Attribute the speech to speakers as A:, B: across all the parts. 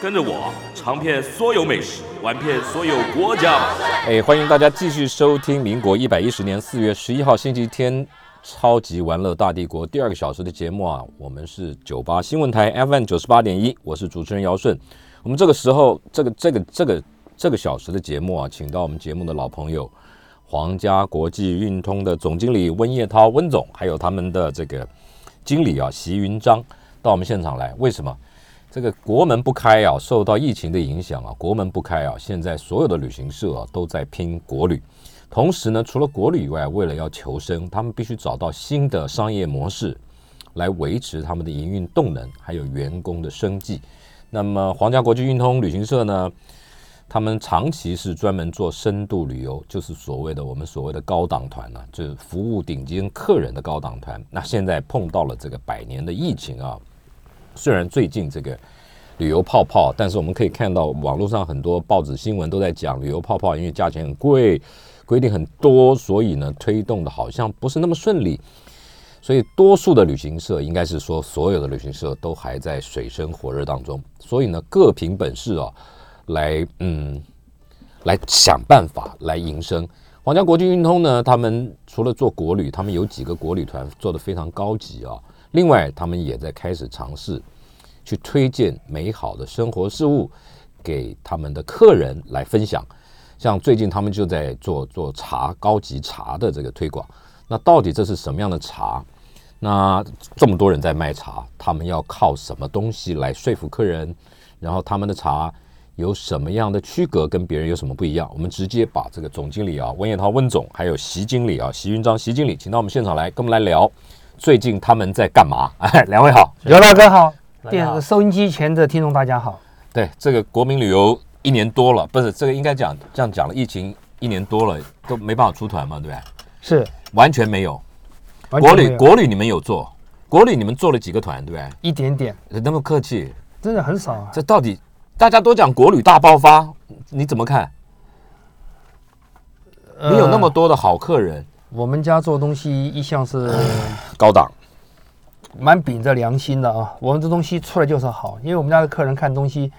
A: 跟着我尝遍所有美食，玩遍所有国家吧。
B: 哎，欢迎大家继续收听民国一百一十年四月十一号星期天《超级玩乐大帝国》第二个小时的节目啊，我们是九八新闻台 FM 九十八点一，我是主持人姚顺。我们这个时候，这个这个这个这个小时的节目啊，请到我们节目的老朋友皇家国际运通的总经理温业涛温总，还有他们的这个经理啊席云章到我们现场来，为什么？这个国门不开啊，受到疫情的影响啊，国门不开啊，现在所有的旅行社啊都在拼国旅。同时呢，除了国旅以外，为了要求生，他们必须找到新的商业模式来维持他们的营运动能，还有员工的生计。那么，皇家国际运通旅行社呢，他们长期是专门做深度旅游，就是所谓的我们所谓的高档团呢、就是服务顶尖客人的高档团。那现在碰到了这个百年的疫情啊，虽然最近这个旅游泡泡，但是我们可以看到网络上很多报纸新闻都在讲旅游泡泡，因为价钱很贵，规定很多，所以呢推动的好像不是那么顺利。所以多数的旅行社应该是说，所有的旅行社都还在水深火热当中。所以呢，各凭本事啊，来嗯，来想办法来营生。皇家国际运通呢，他们除了做国旅，他们有几个国旅团做的非常高级啊。另外，他们也在开始尝试去推荐美好的生活事物给他们的客人来分享。像最近他们就在做做茶高级茶的这个推广。那到底这是什么样的茶？那这么多人在卖茶，他们要靠什么东西来说服客人？然后他们的茶有什么样的区隔，跟别人有什么不一样？我们直接把这个总经理啊，温彦涛温总，还有席经理啊，席云章席经理，请到我们现场来，跟我们来聊最近他们在干嘛？ 哎，两位好。
C: 刘大哥好，电视收音机前的听众大家好。
B: 对，这个国民旅游一年多了，不是这个应该讲这样讲了，疫情一年多了都没办法出团嘛，对不对？
C: 是
B: 完全没有。
C: 完全
B: 国
C: 没
B: 旅
C: 有
B: 国旅你们有做，国旅你们做了几个团，对不
C: 一点点，
B: 对？那么客气，
C: 真的很少啊。
B: 这到底大家都讲国旅大爆发，你怎么看？你有那么
C: 呃
B: 多的好客人，
C: 我们家做东西一向 是
B: 高档
C: 蛮秉着良心的啊。我们这东西出来就是好，因为我们家的客人看东西，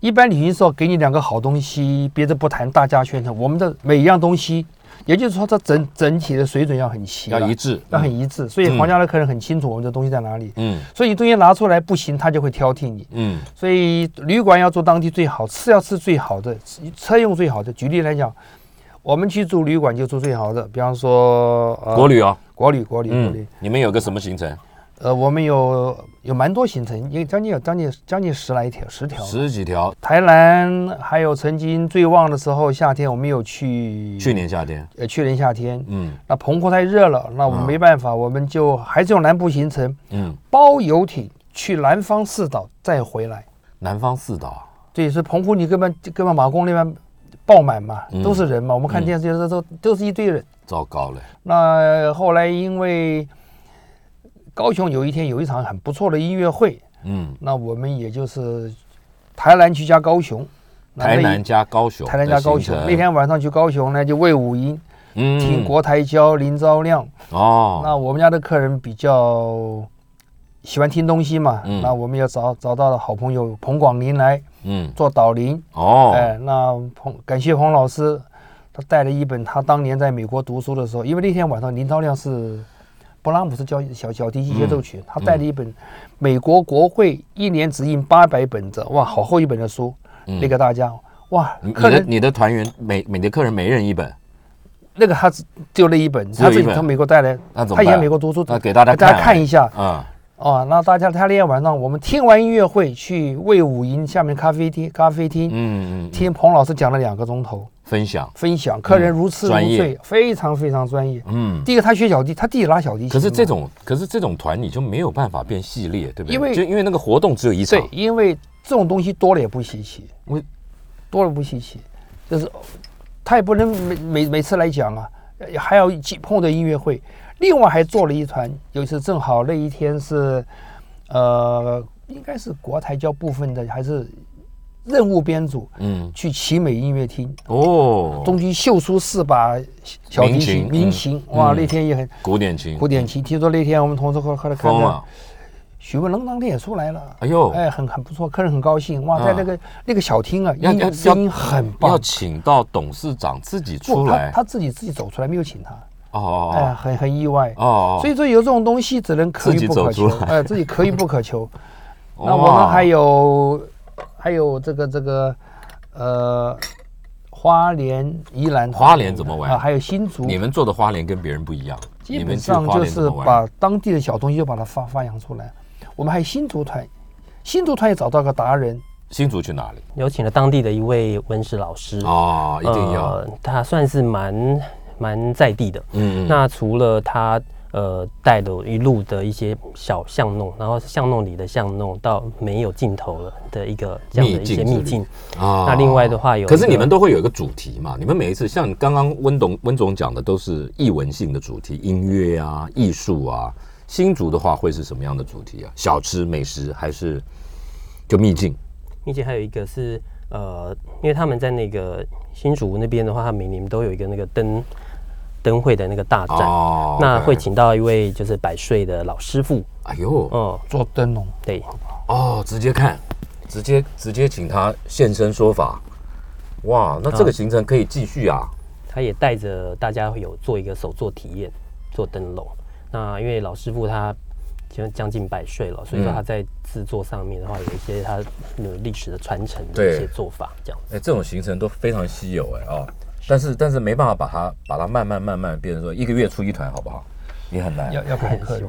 C: 一般旅行社给你两个好东西，别的不谈，大家宣传。我们的每一样东西，也就是说，它整整体的水准要很齐
B: 要
C: 了，
B: 一致，
C: 要很一致。所以
B: 嗯
C: 皇家的客人很清楚我们的东西在哪里，
B: 嗯
C: 所以你东西拿出来不行，他就会挑剔你。
B: 嗯
C: 所以旅馆要做当地最好，吃要吃最好的，吃车用最好的。举例来讲，我们去住旅馆就住最好的，比方说、呃、
B: 国旅哦，
C: 国旅、国旅、国旅
B: 嗯。，你们有个什么行程？
C: 呃，我们有有蛮多行程，也将近有将近将近十来条，十条。
B: 十几条，
C: 台南还有曾经最旺的时候，夏天我们有去
B: 去年夏天，
C: 呃去年夏天，
B: 嗯
C: 那澎湖太热了，那我们
B: 嗯
C: 没办法，我们就还是用南部行程，
B: 嗯，
C: 包游艇去南方四岛再回来。
B: 南方四岛啊，
C: 对，所以澎湖你根本根本马公那边爆满嘛，
B: 嗯
C: 都是人嘛。我们看电视都都都是一堆人。
B: 糟糕了，
C: 那后来因为高雄有一天有一场很不错的音乐会，
B: 嗯，
C: 那我们也就是台南去加高雄，那
B: 台
C: 那一
B: 南加高雄的
C: 台
B: 行程，
C: 南加高雄。那天晚上去高雄呢，就魏武英、
B: 嗯
C: 听国台交、林昭亮。
B: 哦，
C: 那我们家的客人比较喜欢听东西嘛，
B: 嗯
C: 那我们也找找到了好朋友彭广林来
B: 嗯
C: 做导林。
B: 哦，
C: 哎，那彭感谢彭老师，他带了一本他当年在美国读书的时候，因为那天晚上林昭亮是勃拉姆斯交小小提琴协奏曲，他带了一本美国国会一年只印八百本的，哇，好厚一本的书，
B: 嗯
C: 那个大家哇
B: 你，你
C: 客
B: 的
C: 人
B: 你的团员每每个客人每人一本，
C: 那个他只丢了一本，
B: 只有
C: 他
B: 一
C: 自己
B: 本
C: 从美国带来，
B: 那怎么
C: 他以前
B: 办
C: 美国读书，
B: 那给大家
C: 大家
B: 看
C: 看一下
B: 啊，
C: 哦，那大家他那天晚上我们听完音乐会去魏武营下面咖啡厅咖啡厅
B: 嗯嗯，嗯
C: 听彭老师讲了两个钟头。
B: 分享，
C: 分享，客人如痴
B: 嗯
C: 如
B: 专
C: 醉
B: 业，
C: 非常非常专业。
B: 嗯。
C: 第一个，他学小提，他弟弟拉小提琴嘛。
B: 可是这种，可是这种团你就没有办法变系列，对不对？
C: 因为
B: 就因为那个活动只有一场
C: 对，，因为这种东西多了也不稀奇，
B: 为
C: 多了不稀奇，就是他也不能每每每次来讲啊，呃还要去碰着音乐会。另外还做了一团，有一次正好那一天是，呃，应该是国台交部分的还是任务编组
B: 嗯，
C: 去奇美音乐厅，
B: 哦，
C: 中间秀出四把小提琴
B: 民琴
C: 民
B: 嗯
C: 琴，哇，
B: 嗯
C: 那天也很
B: 古典啊琴
C: 古典琴。听说那天我们同事后后来
B: 嗯
C: 看
B: 疯
C: 到
B: 了，
C: 许文龙当天也出来了，
B: 哎呦
C: 哎，很很不错，客人很高兴，哇，
B: 啊
C: 在那个那个小厅啊，
B: 要
C: 音
B: 要
C: 声音很
B: 要
C: 棒。
B: 请到董事长自己
C: 不
B: 出来
C: 他，他自己自己走出来，没有请他，
B: 哦哦
C: 哎，
B: 哦
C: 很很意外。
B: 哦哦，
C: 所以说有这种东西只能可
B: 自己
C: 遇不可
B: 走
C: 求
B: 出，来
C: 哎，自己可遇不 可求。
B: 哇
C: 那我们还有还有这个这个呃，花莲、宜兰、
B: 花莲怎么玩
C: 啊？还有新竹，
B: 你们做的花莲跟别人不一样，
C: 基
B: 你们
C: 本
B: 去
C: 上
B: 花
C: 就
B: 莲怎
C: 是
B: 么玩？
C: 把当地的小东西就把它发发扬出来。我们还有新竹团，新竹团也找到个达人，
B: 新竹去哪里？
D: 有请了当地的一位文史老师，
C: 嗯
B: 哦，一定要，
D: 呃他算是蛮蛮在地的。
B: 嗯，
D: 那除了他呃带的一路的一些小巷弄，然后巷弄里的巷弄到没有尽头了的一个这样的一些
B: 秘境之
D: 秘
B: 旅
D: 境，
C: 呃
B: 啊
D: 那另外的话有一个
B: 可是你们都会有一个主题嘛？你们每一次像刚刚温董温总讲的，都是艺文性的主题，音乐啊、艺术啊。新竹的话会是什么样的主题啊？小吃、美食还是就秘境？
D: 秘境还有一个是呃，因为他们在那个新竹那边的话，他每年都有一个那个灯灯会的那个大展，
B: 哦
D: 那
B: OK
D: 会请到一位就是百岁的老师傅，
B: 哎呦，
D: 哦、
C: 做灯笼，
D: 对，
B: 哦，直接看，直接直接请他现身说法。哇，那这个行程可以继续啊。
D: 他也带着大家有做一个手作体验，做灯笼。那因为老师傅他将将近百岁了，所以说
B: 嗯
D: 他在制作上面的话，有一些他有历史的传承的
B: 对
D: 一些做法，这样。
B: 哎、这种行程都非常稀有哎、啊、但是但是没办法把它把它慢慢慢慢变成说一个月出一团好不好？也很难。
C: 要要看客人。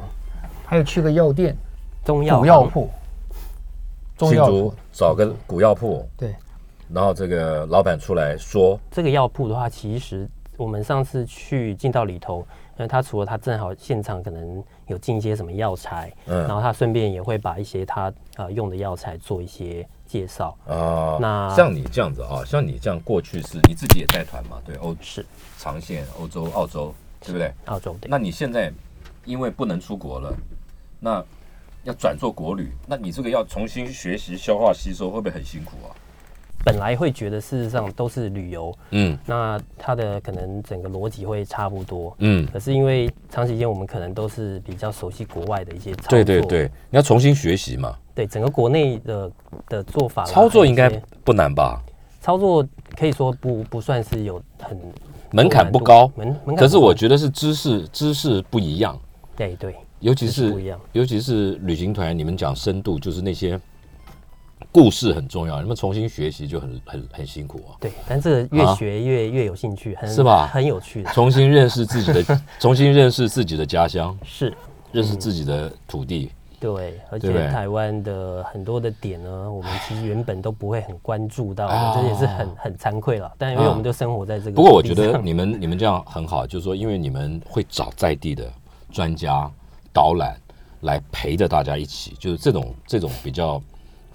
C: 还有去个药店，
D: 中药
C: 补药铺，中
B: 新
C: 药铺
B: 竹找个古药铺，
C: 对，
B: 然后这个老板出来说，
D: 这个药铺的话，其实我们上次去进到里头，那他除了他正好现场可能有进一些什么药材，
B: 嗯
D: 然后他顺便也会把一些他呃用的药材做一些介绍。
B: 啊、
D: 那
B: 像你这样子啊，像你这样过去是你自己也带团嘛？对，欧
D: 是
B: 长线、欧洲、澳洲，对不对？
D: 澳洲的
B: 那你现在因为不能出国了，那要转做国旅，那你这个要重新学习、消化、吸收，会不会很辛苦啊？
D: 本来会觉得事实上都是旅游，
B: 嗯
D: 那它的可能整个逻辑会差不多。
B: 嗯，
D: 可是因为长时间我们可能都是比较熟悉国外的一些操作，
B: 对对对，你要重新学习嘛，
D: 对整个国内的的做法啦
B: 操作应该
D: 还有一些
B: 不难吧？
D: 操作可以说不不算是有很
B: 门槛
D: 有难
B: 不
D: 度
B: 高
D: 门门槛不高
B: 可是我觉得是知识知识不一样，
D: 对对
B: 尤其
D: 就是
B: 是
D: 不一样
B: 尤其是旅行团，你们讲深度，就是那些故事很重要，你们重新学习就很很很辛苦啊。
D: 对，但这个越
B: 啊
D: 学越、越有兴趣，很
B: 是吧
D: 很有趣的，
B: 重新认识自己的， 重新认识自己的家乡，
D: 是
B: 认识自己的土地。
D: 对，而
B: 对不
D: 且
B: 对
D: 台湾的很多的点呢，我们其实原本都不会很关注到
B: 啊，
D: 这也是很很惭愧了。但因为
B: 啊
D: 我们就生活在这个
B: 不过我觉
D: 土地
B: 得
D: 上
B: 你们你们这样很好，就是说，因为你们会找在地的专家导览来陪着大家一起，就是这种这种比较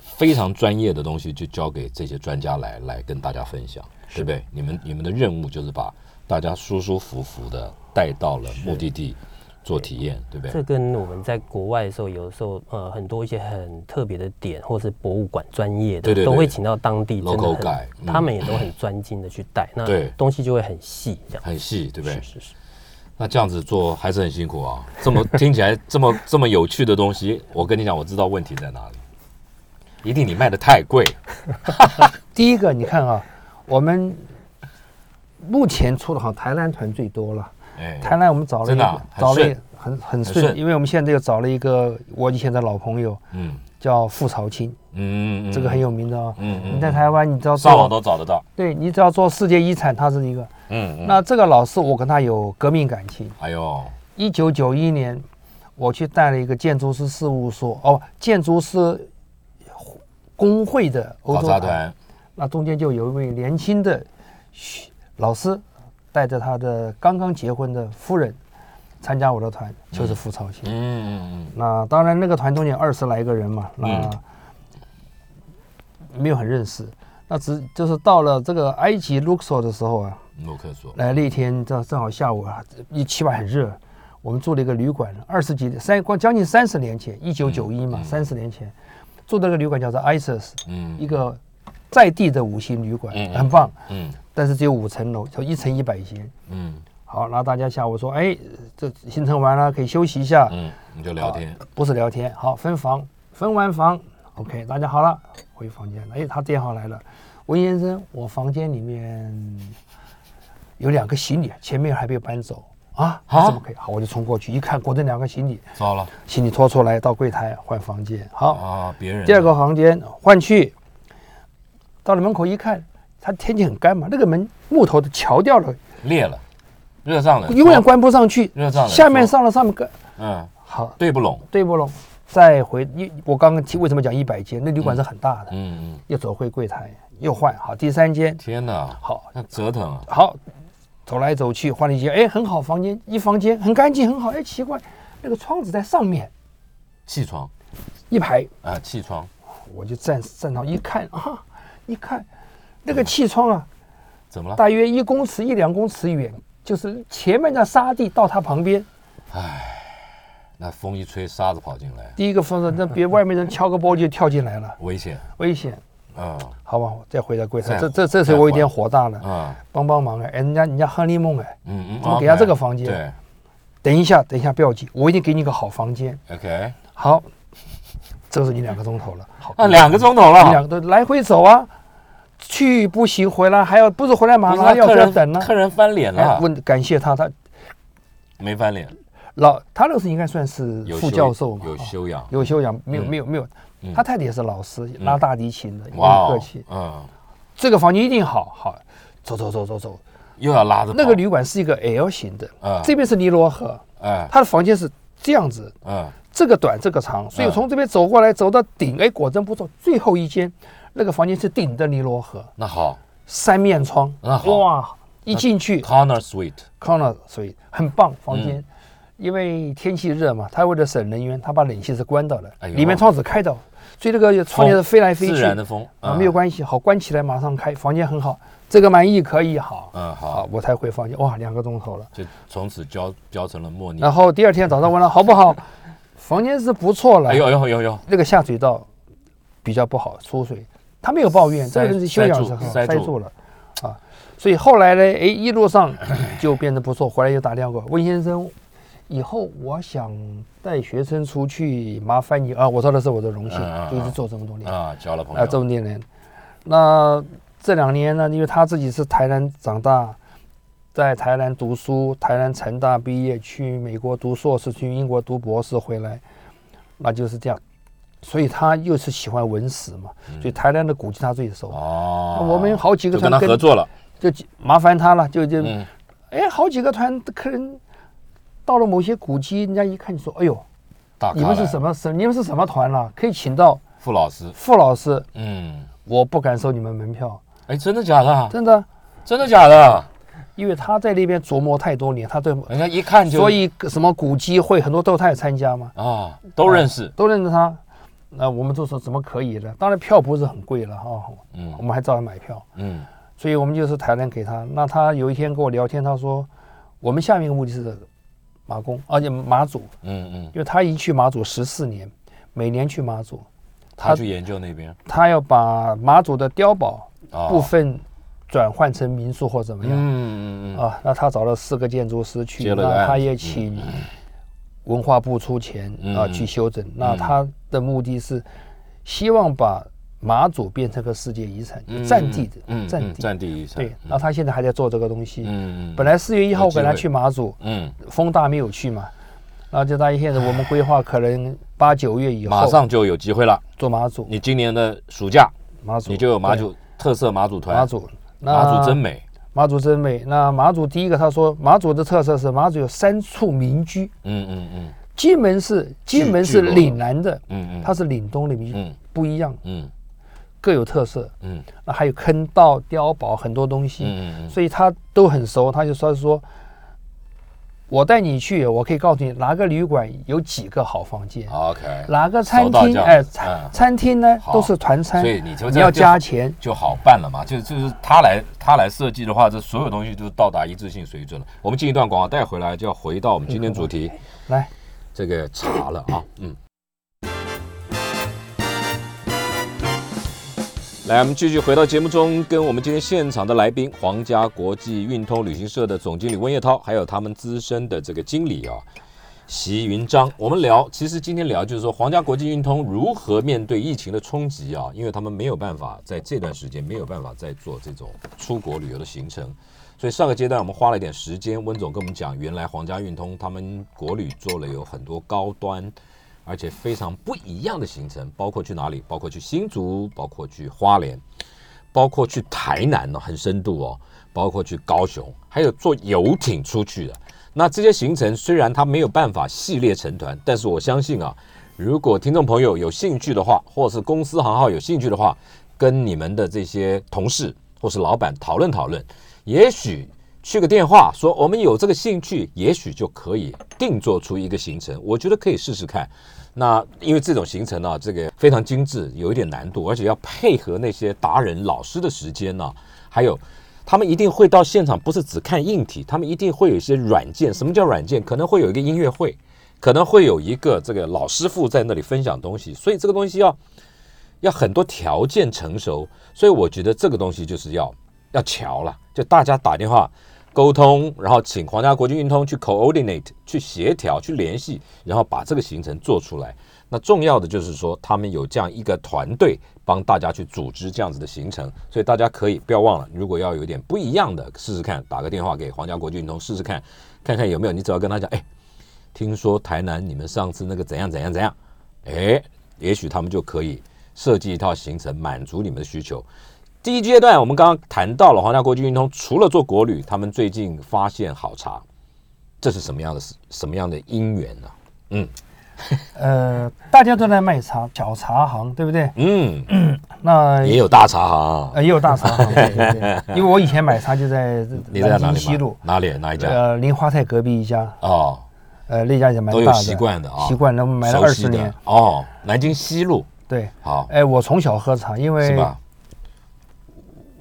B: 非常专业的东西，就交给这些专家来来跟大家分享，对不对？你们你们的任务就是把大家舒舒服服的带到了目的地做体验，对不
D: 这
B: 对？
D: 跟我们在国外的时候，有的时候呃很多一些很特别的点，或是博物馆专业的，
B: 对对对
D: 都会请到当地真的
B: Local
D: 很
B: guy，嗯
D: 他们也都很专精的去带，那
B: 对
D: 东西就会很细，这样
B: 很细，对不对
D: 是？是是，
B: 那这样子做还是很辛苦啊！这么听起来这么这么有趣的东西，我跟你讲，我知道问题在哪里，一定你卖的太贵。
C: 第一个，你看啊，我们目前出的好，台南团最多了。
B: 哎，
C: 台南我们找了一
B: 真的
C: 个
B: 啊，很
C: 找了一
B: 顺
C: 很很
B: 顺
C: 顺，因为我们现在又找了一个我以前的老朋友，
B: 嗯
C: 叫傅朝清，
B: 嗯嗯，
C: 这个很
B: 有，
C: 有名的啊。
B: 嗯嗯，
C: 你在台湾，你知道
B: 上网
C: 做，
B: 都找得到。
C: 对你只要做世界遗产，他是一个。
B: 嗯，嗯
C: 那这个老师，我跟他有革命感情。
B: 哎呦，
C: 一九九一年，我去带了一个建筑师事务所，哦，建筑师工会的欧
B: 考
C: 洲
B: 察
C: 团
B: 团，
C: 那中间就有一位年轻的学老师，带着他的刚刚结婚的夫人参加我的团，就是傅超清。
B: 嗯嗯
C: 那当然，那个团中间二十来个人嘛，那
B: 嗯
C: 没有很认识。那只就是到了这个埃及 Luxor 的时候啊，
B: 嗯洛克说，
C: 来那天正正好下午啊，一七晚很热，我们住了一个旅馆，二十几三光将近三十年前，一九九一嘛，三十、年前住的那个旅馆叫做 ISIS，
B: 嗯
C: 一个在地的五星旅馆，
B: 嗯嗯
C: 很棒，
B: 嗯
C: 但是只有五层楼，就一层一百间。
B: 嗯
C: 好，然后大家下午说，哎，这行程完了可以休息一下，
B: 嗯，你就聊天，
C: 不是聊天。好，分房，分完房，OK，大家好了，回房间。哎，他电话来了，文先生，我房间里面有两个行李，前面还没有搬走啊，
B: 啊
C: 怎么可以？好，我就冲过去一看，果真两个行李，
B: 糟了
C: 行李拖出来到柜台换房间。好，
B: 啊，别人
C: 第二个房间换去，到了门口一看，它天气很干嘛，那个门木头的桥掉了，
B: 裂了，热胀冷缩，
C: 永远关不上去
B: 热胀，冷缩
C: 下面上了上面个
B: 嗯，
C: 好，
B: 对不拢，
C: 对不喽？再回一，我刚刚提为什么讲一百间？那旅馆是很大的，
B: 嗯嗯，
C: 又走回柜台，又换好第三间，
B: 天哪，
C: 好
B: 那折腾啊，
C: 好走来走去换了一间，哎，很好，房间一房间很干净，很好，哎，奇怪，那个窗子在上面
B: 气床
C: 一排，
B: 啊，气床，
C: 我就站站到一看啊，一看那个气窗啊，
B: 怎么了？
C: 大约一公尺一两公尺远，就是前面的沙地到它旁边，
B: 那风一吹，沙子跑进来，
C: 第一个风说那别外面人敲个玻璃就跳进来了，
B: 危险
C: 危险。
B: 啊
C: 好吧，我再回到柜台，
B: 再
C: 这这这时候我有点
B: 再
C: 火大了，
B: 啊，
C: 帮帮忙哎，哎，人家人家亨利梦哎，
B: 嗯嗯，
C: 怎么给他
B: OK，
C: 这个房间
B: 对
C: 等一下，等一下，不要急，我一定给你个好房间。
B: ，OK，
C: 好， 这是你两个钟头了，好，
B: 啊，两个钟头
C: 你两
B: 了，
C: 个都来回走啊，去不行，回来还要不是回来马
B: 不是
C: 上还
B: 他
C: 要
B: 客
C: 要
B: 人
C: 等呢。
B: 客人翻脸
C: 哎
B: 了，，
C: 问感谢他，他
B: 没翻脸，
C: 老他那时候应该算是
B: 有
C: 副
B: 修
C: 教授嘛，
B: 有
C: 哦
B: 修养，
C: 有修养，没有
B: 嗯
C: 没有没有
B: 嗯，
C: 他太太也是老师，拉大提琴的，也不
B: 哇
C: 客
B: 哦
C: 气，。
B: 嗯，
C: 这个房间一定好好，走走走走走，
B: 又要拉着
C: 那个
B: 跑
C: 旅馆是一个 L 型的
B: 啊，
C: 这边是尼罗河，
B: 哎
C: 他的房间是这样子，
B: 嗯
C: 这个短这个长，所以
B: 嗯
C: 从这边走过来走到顶，哎，果真不错。最后一间那个房间是顶的尼罗河，
B: 那好
C: 三面窗，
B: 那啊好
C: 哇，一进去
B: ，Corner Suite，
C: ，corner，所以很棒房间。
B: 嗯
C: 因为天气热嘛，他为了省能源，他把冷气是关掉的，
B: 哎呦
C: 里面窗子开的，所以那个窗帘是
B: 风
C: 飞来飞去，
B: 自然的风
C: 啊，
B: 嗯
C: 没有关系，好关起来马上开，房间很好，这个满意可以好，
B: 嗯
C: 好
B: 好，，
C: 我才回房间，哇，两个钟头了。
B: 就从此交交成了默念
C: 然。后第二天早上问了好不好，房间是不错了，
B: 哎呦哎呦哎呦哎呦，
C: 那个下水道比较不好出水，他没有抱怨，这
B: 塞
C: 个人是修养是
B: 塞
C: 很
B: 住
C: 好，
B: 塞
C: 塞
B: 住
C: 住了啊。所以后来呢，哎，一路上就变得不错。回来又打电话给我，温先生，以后我想带学生出去，麻烦你啊。我说的是我的荣幸
B: 嗯嗯，嗯
C: 就一直做这么多年啊，
B: 啊，交了朋
C: 这
B: 友，
C: 么多年。那这两年呢，因为他自己是台南长大，在台南读书，台南成大毕业，去美国读硕士，去英国读博士回来，那就是这样。所以他又是喜欢文史嘛，所以台南的古迹他最熟。
B: 嗯哦
C: 那，我们好几个
B: 就跟他
C: 团跟
B: 合作了，
C: 就几麻烦他了，就就
B: 嗯
C: 哎，好几个团的客人到了某些古迹，人家一看你说，哎呦，
B: 大咖
C: 你们是
B: 来
C: 什么什你们是什么团啦、可以请到
B: 傅老师，
C: 傅老师，
B: 嗯，
C: 我不敢收你们门票，
B: 哎，真的假的？
C: 真的，
B: 真的假的？
C: 因为他在那边琢磨太多年，他对
B: 人家一看就，
C: 所以什么古迹会很多都他也参加嘛，
B: 啊，都认识，
C: 都认识他。那我们就说怎么可以呢？当然票不是很贵了哈、我
B: 嗯
C: 们还照样买票，
B: 嗯
C: 所以我们就是台南给他。那他有一天跟我聊天，他说我们下面一个目的是马公，而且马祖，
B: 嗯嗯，
C: 因为他已经去马祖十四年，每年去马祖，
B: 他去研究那边
C: 他要把马祖的碉堡
B: 啊，
C: 部分转换成民宿或怎么
B: 嗯
C: 样、
B: 嗯嗯嗯，
C: 啊。那他找了四个建筑师去，
B: 接了个
C: 那
B: 案
C: 他
B: 子哎
C: 也请文化部出钱
B: 嗯
C: 啊
B: 嗯
C: 去修整。那他的目的是希望把马祖变成个世界遗产，就
B: 嗯
C: 占地的，
B: 嗯嗯
C: 占
B: 嗯
C: 地。
B: 占地遗产，
C: 对，那他现在还在做这个东西。
B: 嗯嗯，
C: 本来四月一号
B: 有
C: 我
B: 机会
C: 本来去马祖，
B: 嗯，
C: 风大没有去嘛，然后就大家现在我们规划可能八九月以后
B: 马上就有机会了。
C: 做马祖，
B: 你今年的暑假
C: 马祖
B: 你就有马
C: 对
B: 祖特色马祖团，
C: 马祖，那
B: 马祖真美，
C: 马祖真美。那马祖第一个他说马祖的特色是马祖有三处民居，
B: 嗯嗯嗯
C: 金门是金门
B: 聚
C: 是
B: 落
C: 岭南的，
B: 嗯嗯，
C: 它是岭东的民居，
B: 嗯
C: 不一样，
B: 嗯
C: 各有特色。
B: 嗯
C: 那还有坑道、碉堡很多东
B: 嗯
C: 西，
B: 嗯嗯，
C: 所以他都很熟。他就说说，我带你去，我可以告诉你哪个旅馆有几个好房间，
B: 啊 OK，
C: 哪个餐
B: 手到
C: 厅
B: 这样
C: 哎
B: 嗯
C: 餐餐厅呢
B: 好
C: 都是团餐
B: 所，以你就这
C: 你
B: 样
C: 要
B: 就
C: 加钱。
B: 就好办了嘛。就就是他来他来设计的话，这所有东西都到达一致性水准了。我们进一段广告，带回来就要回到我们今天主题，
C: 来，
B: 这个茶了啊，嗯。来，我们继续回到节目中，跟我们今天现场的来宾皇家国际运通旅行社的总经理温业涛，还有他们资深的这个经理啊，席云章，我们聊，其实今天聊就是说皇家国际运通如何面对疫情的冲击啊，因为他们没有办法在这段时间没有办法再做这种出国旅游的行程，所以上个阶段我们花了一点时间，温总跟我们讲，原来皇家运通他们国旅做了有很多高端。而且非常不一样的行程，包括去哪里？包括去新竹，包括去花莲，包括去台南呢、很深度哦，包括去高雄，还有坐游艇出去的。那这些行程虽然它没有办法系列成团，但是我相信啊，如果听众朋友有兴趣的话，或是公司行号有兴趣的话，跟你们的这些同事或是老板讨论讨论，也许去个电话说我们有这个兴趣，也许就可以定做出一个行程。我觉得可以试试看。那因为这种行程呢、这个非常精致，有一点难度，而且要配合那些达人老师的时间呢、还有他们一定会到现场，不是只看硬体，他们一定会有一些软件。什么叫软件？可能会有一个音乐会，可能会有一个这个老师傅在那里分享东西，所以这个东西要要很多条件成熟，所以我觉得这个东西就是要要巧了，就大家打电话沟通，然后请皇家国际运通去 coordinate 去协调去联系，然后把这个行程做出来。那重要的就是说，他们有这样一个团队帮大家去组织这样子的行程，所以大家可以不要忘了，如果要有一点不一样的，试试看，打个电话给皇家国际运通试试看，看看有没有。你只要跟他讲，哎，听说台南你们上次那个怎样怎样怎样，哎，也许他们就可以设计一套行程满足你们的需求。第一阶段，我们刚刚谈到了皇家国际运通，除了做国旅，他们最近发现好茶，这是什么样的什么样的因缘呢、
C: 呃，大家都在卖茶，小茶行，对不对？
B: 嗯，
C: 那
B: 也有大茶行，
C: 呃也有大茶行，对对对因为我以前买茶就在
B: 你在
C: 南
B: 哪
C: 京
B: 里
C: 西
B: 买
C: 路，
B: 哪里哪一家？
C: 呃，林花泰隔壁一家，
B: 哦，
C: 呃，那家也蛮
B: 都
C: 大
B: 有
C: 的，
B: 习惯的啊，
C: 习惯了，我们买了
B: 熟
C: 二
B: 悉
C: 十
B: 的
C: 年。
B: 哦，南京西路，
C: 对，
B: 好，
C: 哎，我从小喝茶，因
B: 是
C: 为
B: 吧？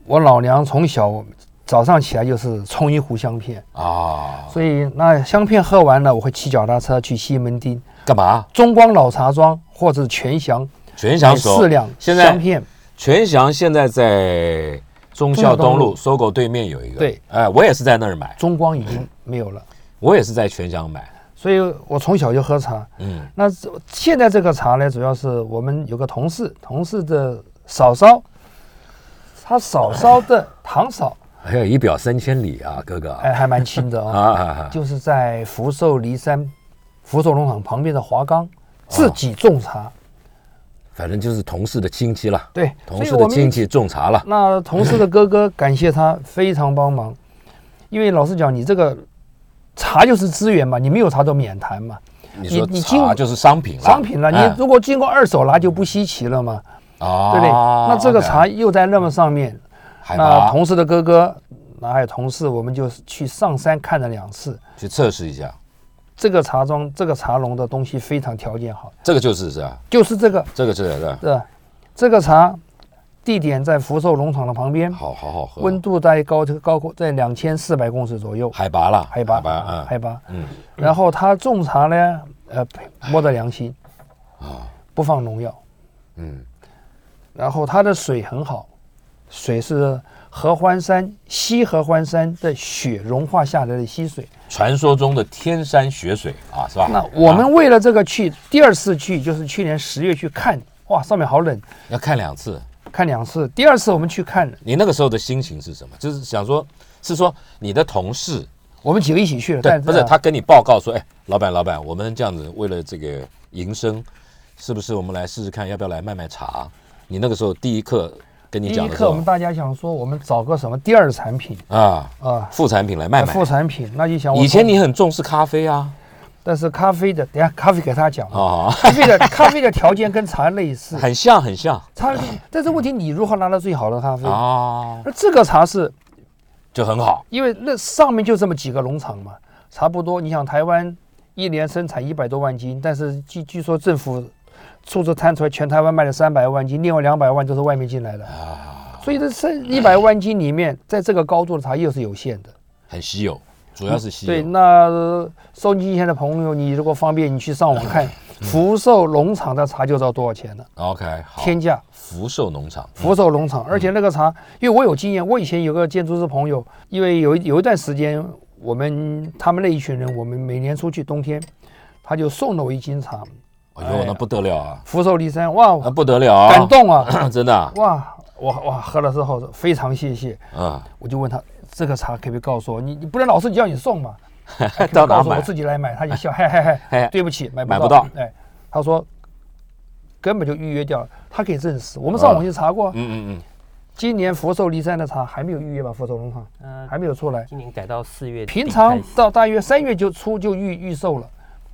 C: 我老娘从小早上起来就是冲一壶香片，
B: 啊，
C: 所以那香片喝完了，我会骑脚踏车去西门町
B: 干嘛？
C: 中光老茶庄或者全祥
B: 全
C: 买
B: 祥熟
C: 四两
B: 哦现
C: 香
B: 在
C: 片。
B: 全祥现在在忠孝东路搜狗对面有一个，
C: 对，
B: 哎，我也是在那儿买，
C: 中光已经没有了，
B: 我也是在全祥买，
C: 所以我从小就喝茶。
B: 嗯，
C: 那这现在这个茶呢，主要是我们有个同事，同事的嫂嫂，他嫂嫂的堂嫂，
B: 还哎有一表三千里啊，哥哥，
C: 哎，还蛮亲的啊。
B: 啊啊，
C: 就是在福寿梨山福寿农场旁边的华冈自己种茶。
B: 反正就是同事的亲戚了，
C: 对，
B: 哦同事
C: 所以
B: 的
C: 我们
B: 亲戚种茶了，
C: 那同事的哥哥感谢他非常帮忙，因为老实讲，你这个茶就是资源嘛，你没有茶都免谈嘛，
B: 你说
C: 你经
B: 茶就是商品了，
C: 商品了，
B: 哎
C: 你如果经过二手拿就不稀奇了嘛，
B: 啊，
C: 对不对？那这个
B: OK
C: 茶又在那么上面，
B: 海
C: 那
B: 拔
C: 同事的哥哥，那还有同事，我们就去上山看了两次。
B: 去测试一下，
C: 这个茶庄、这个茶农的东西非常条件好，
B: 这个就是是吧？
C: 就是这个，
B: 这个是是吧
C: 对吧？这个茶地点在福寿农场的旁边，
B: 好好好喝，
C: 温度大概高高过在两千四百公尺左右，
B: 海拔了，
C: 海拔
B: 海拔嗯
C: 海拔。
B: 嗯，
C: 然后他种茶呢，呃，摸着良心啊，不放农药。
B: 嗯，
C: 然后它的水很好，水是合欢山西合欢山的雪融化下来的溪水。
B: 传说中的天山雪水啊，是吧？
C: 那我
B: 啊
C: 们为了这个去第二次去，就是去年十月去看，哇，上面好冷，
B: 要看两次，
C: 看两次。第二次我们去看，
B: 你那个时候的心情是什么？就是想说，是说你的同事
C: 我们几个一起去的，
B: 对，
C: 但啊
B: 不是他跟你报告说，哎，老板，老板，我们这样子为了这个营生，是不是我们来试试看，要不要来卖卖茶？你那个时候第一课跟你
C: 第
B: 讲
C: 一
B: 的时
C: 课我
B: 候
C: 们大家想说，我们找个什么第二产品
B: 啊，
C: 啊，
B: 副产品来卖卖
C: 副。产品，那就想我
B: 以前
C: 从
B: 你很重视咖啡啊，
C: 但是咖啡的，等一下咖啡给他讲，
B: 啊，
C: 咖啡的 咖啡的条件跟茶 类似，
B: 很像很像
C: 它但是问题你如何拿到最好的咖啡？
B: 啊，
C: 那这个茶是
B: 就很好
C: 因为那上面就这么几个农场嘛，差不多。你想台湾一年生产一百多万斤，但是据据说政府数字摊出来，全台湾卖了三百万斤，另外两百万都是外面进来的。所以这剩一百万斤里面，在这个高度的茶叶是有限的。
B: 很稀有，主要是稀有。
C: 对，那呃收音机前的朋友，你如果方便，你去上网看福寿农场的茶就知道多少钱了，
B: OK，好。
C: 天价。
B: 福寿农场，
C: 福寿农
B: 嗯
C: 场，而且那个茶，因为我有经验，我以前有个建筑师朋友，因为有一有一段时间，我们他们那一群人，我们每年出去冬天，他就送了我一斤茶，
B: 哎呦，那不得了啊，
C: 福寿离山，哇，
B: 那不得了啊，
C: 感动啊，
B: 真的啊，
C: 哇，我哇喝了之后非常谢谢，
B: 嗯，
C: 我就问他这个茶可不可以告诉我，你你不能老是叫你送嘛，哎可
B: 到
C: 以
B: 哪
C: 告诉我
B: 买
C: 我？自己来买，他就笑， 嘿嘿
B: 嘿
C: 嘿，对不起，买
B: 买
C: 不
B: 不
C: 到
B: 到，
C: 哎，他说根本就预约掉了，他可以证实，我们
B: 呃
C: 上网去查过，啊
B: 嗯嗯嗯，
C: 今年福寿离山的茶还没有预约吧？福寿农场
B: 嗯
D: 呃，
C: 还没有出来。
D: 今年改到四月底
C: 平常
D: 开始
C: 到大约三月就出就预预售了，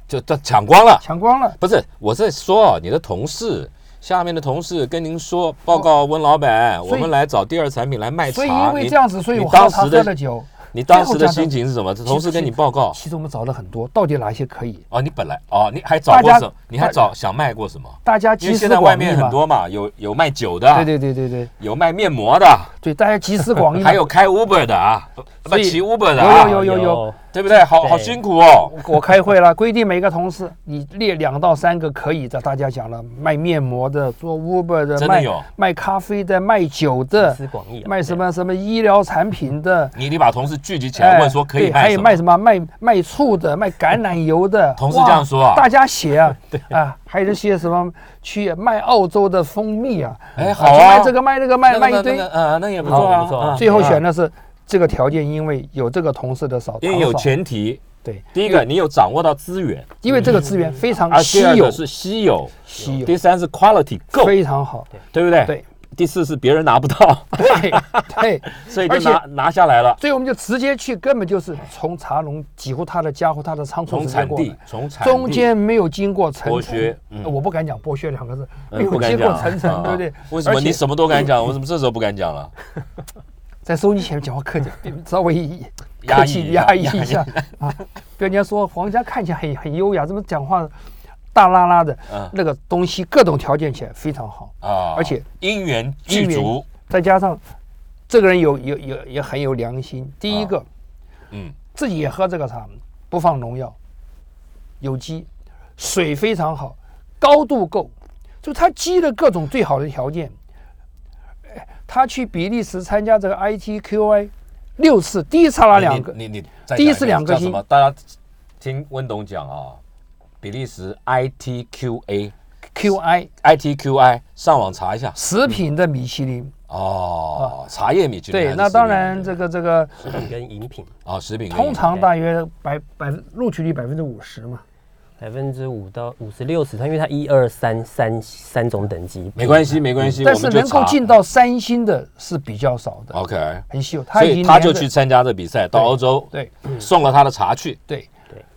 B: 就都抢光了。
C: 抢光了。
B: 不是，我在说啊你的同事，下面的同事跟您说，报告温老板，
C: 所以
B: 我们来找第二产品来哎卖茶。
C: 所以因为
B: 你
C: 这样子，所以
B: 你
C: 我喝
B: 当
C: 茶
B: 时
C: 喝了
B: 的哦
C: 酒。
B: 你当时的心情是什么？同事跟你报告
C: 其实我们找了很多，到底哪一些可以？
B: 哦，你本来哦，你还找过
C: 大家
B: 什么？你还找想卖过什么？
C: 大家
B: 因为
C: 集
B: 现
C: 思
B: 在外
C: 广益
B: 面
C: 嘛
B: 很。多嘛，有有卖酒
C: 对
B: 的，
C: 对对对对
B: 有卖面膜的，
C: 对，大家集思广益 嘛。
B: 还有开 Uber 的啊，不
C: 嗯所以
B: 骑 Uber 的啊，
C: 有有有有有，
B: 对不对？好好
D: 对
B: 辛苦哦。
C: 我我开会了，规定每个同事你列两到三个可以的。大家讲了，卖面膜的，做 Uber 的，
B: 真的
C: 卖
B: 有
C: 卖咖啡的，卖酒的
D: 集，思广益啊，
C: 卖
D: 对
C: 什么什么医疗产品的，
B: 你你把同事聚集起
C: 哎
B: 来，问说可以
C: 对还
B: 卖什
C: 有
B: 么
C: 卖？什么卖卖醋的，卖橄榄油的。
B: 同事这样说啊
C: 哇大家写 啊，啊，还有一些什么去卖澳洲的蜂蜜啊，
B: 哎，
C: 啊
B: 好
C: 去
B: 啊，
C: 卖这个卖那个
B: 那
C: 卖
B: 个
C: 卖一
B: 那
C: 堆
B: 个。呃，那也不错啊，
D: 好不错啊
B: 嗯
C: 最后选的是这个条件，因为有这个同事的少，
B: 因为有
C: 少
B: 前提，
C: 对，
B: 第一个你有掌握到资源，
C: 因为这个资源非常
B: 而嗯
C: 稀
B: 啊第二
C: 有
B: 个，是稀有，
C: 稀有
B: 第三是 quality 够，
C: 非常好，
B: 对不对？
C: 对。
B: 第四是别人拿不到，
C: 对对，
B: 所以就
C: 而且
B: 拿拿下来了，
C: 所以我们就直接去，根本就是从茶农几乎他的家伙他的仓库
B: 从
C: 直接
B: 产
C: 过
B: 地
C: 来。，
B: 从产地
C: 中间没有经过层
B: 剥
C: 层
B: 削嗯
C: 呃我不敢讲剥削两个字，
B: 嗯
C: 没有
B: 不敢
C: 经过
B: 讲
C: 层层，对不对
B: 啊？为什么
C: 而且
B: 你什么都敢讲？为什么这时候不敢讲了？
C: 在收音机前面讲话客气，稍微
B: 压
C: 客
B: 抑
C: 气
B: 一下
C: 压抑一下啊！别人家说皇家看起来很很优雅，怎么讲话大拉拉的
B: 嗯？
C: 那个东西各种条件起来非常好，
B: 啊，
C: 而且
B: 因缘
C: 因
B: 具
C: 缘
B: 足，
C: 再加上这个人有有有也很有良心。第一个，
B: 嗯，
C: 自己也喝这个茶，不放农药，有机，水非常好，高度够，就他积了各种最好的条件。哎他去比利时参加这个 ITQI 六次，第一次拉两个，
B: 哎你你你再
C: 第一次
B: 讲遍
C: 两个
B: 叫什
C: 星
B: 么？大家听温董讲啊，比利时 ITQA 嗯
C: QI
B: ITQI 上网查一下
C: 食品的米其林。
B: 哦，茶叶米其嗯林还
C: 啊对，
B: 是
C: 那
B: 食
C: 当
B: 品
C: 然
B: 米其
C: 这
B: 林
C: 个这个
D: 食品跟饮品
B: 哦，食品
C: 通
B: 跟
C: 常大约百百分录取率百分之五十嘛。
D: 百分之五到五十六十，它因为它一二三三三种等级，
B: 没关系没关系，
C: 嗯但
B: 我
C: 是
B: 们就
C: 能够
B: 查
C: 进到三星的是比较少的，
B: OK，
C: 很稀有。他
B: 所
C: 已
B: 以
C: 经
B: 他
C: 连
B: 就
C: 着
B: 去参加这比赛，到欧洲
C: 对
B: 送了他的茶去
C: 对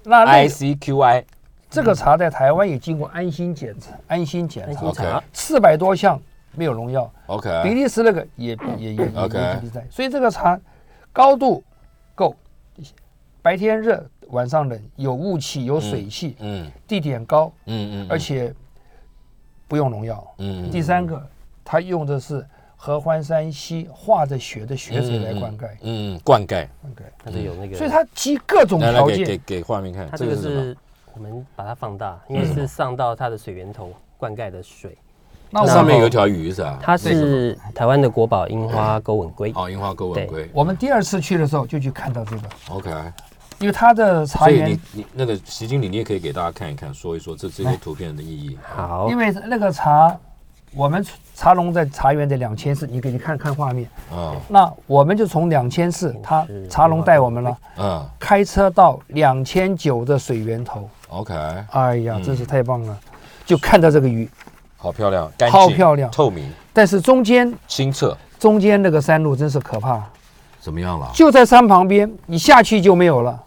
C: 那那个
B: ICQI
C: 这个茶在台湾也经过安心检测，安心检查
D: 安心
B: ，OK
C: 四百多项没有农药，啊比
B: OK，
C: 利时那个也也也也
B: OK
C: 也比赛，所以这个茶高度够，白天热晚上冷，有雾气有水汽，
B: 嗯
C: 地点高，
B: 嗯嗯，
C: 而且不用农药。
B: 嗯
C: 第三个，它用的是合欢山溪化着雪的雪水来灌溉，
B: 嗯灌溉，
C: 灌溉，
D: 它是有那个，
C: 嗯所以它集各种
B: 来来
C: 条
B: 给给
C: 件。
B: 给画面看，
D: 它
B: 这
D: 这
B: 个
D: 个
B: 是什么？嗯
D: 是我们把它放大，因为是上到它的水源头灌溉的水，
C: 那
B: 它
C: 我
B: 上面
C: 们
B: 有一条鱼是吧？
D: 它是台湾的国宝樱花钩吻龟，
B: 哦，樱花钩吻
D: 对
B: 龟
C: 我们第二次去的时候就去看到这个，
B: ，OK。
C: 因为它的茶
B: 所以
C: 园
B: 你，你那个习经理，你也可以给大家看一看，说一说这这些图片的意义。
D: 好
C: 因，为那个茶，我们茶农在茶园的两千四，你给你看看画面。
B: 嗯
C: 那我们就从两千四，
B: 哦
C: 他茶农带我们了，
B: 嗯
C: 开车到两千九的水源头，
B: ，OK，
C: 哎呀，
B: 嗯
C: 真是太棒了，就看到这个鱼，
B: 好漂亮，干净，
C: 好漂亮
B: 透明，
C: 但是中间
B: 清澈，
C: 中间那个山路真是可怕。
B: 怎么样了？
C: 就在山旁边，你下去就没有了，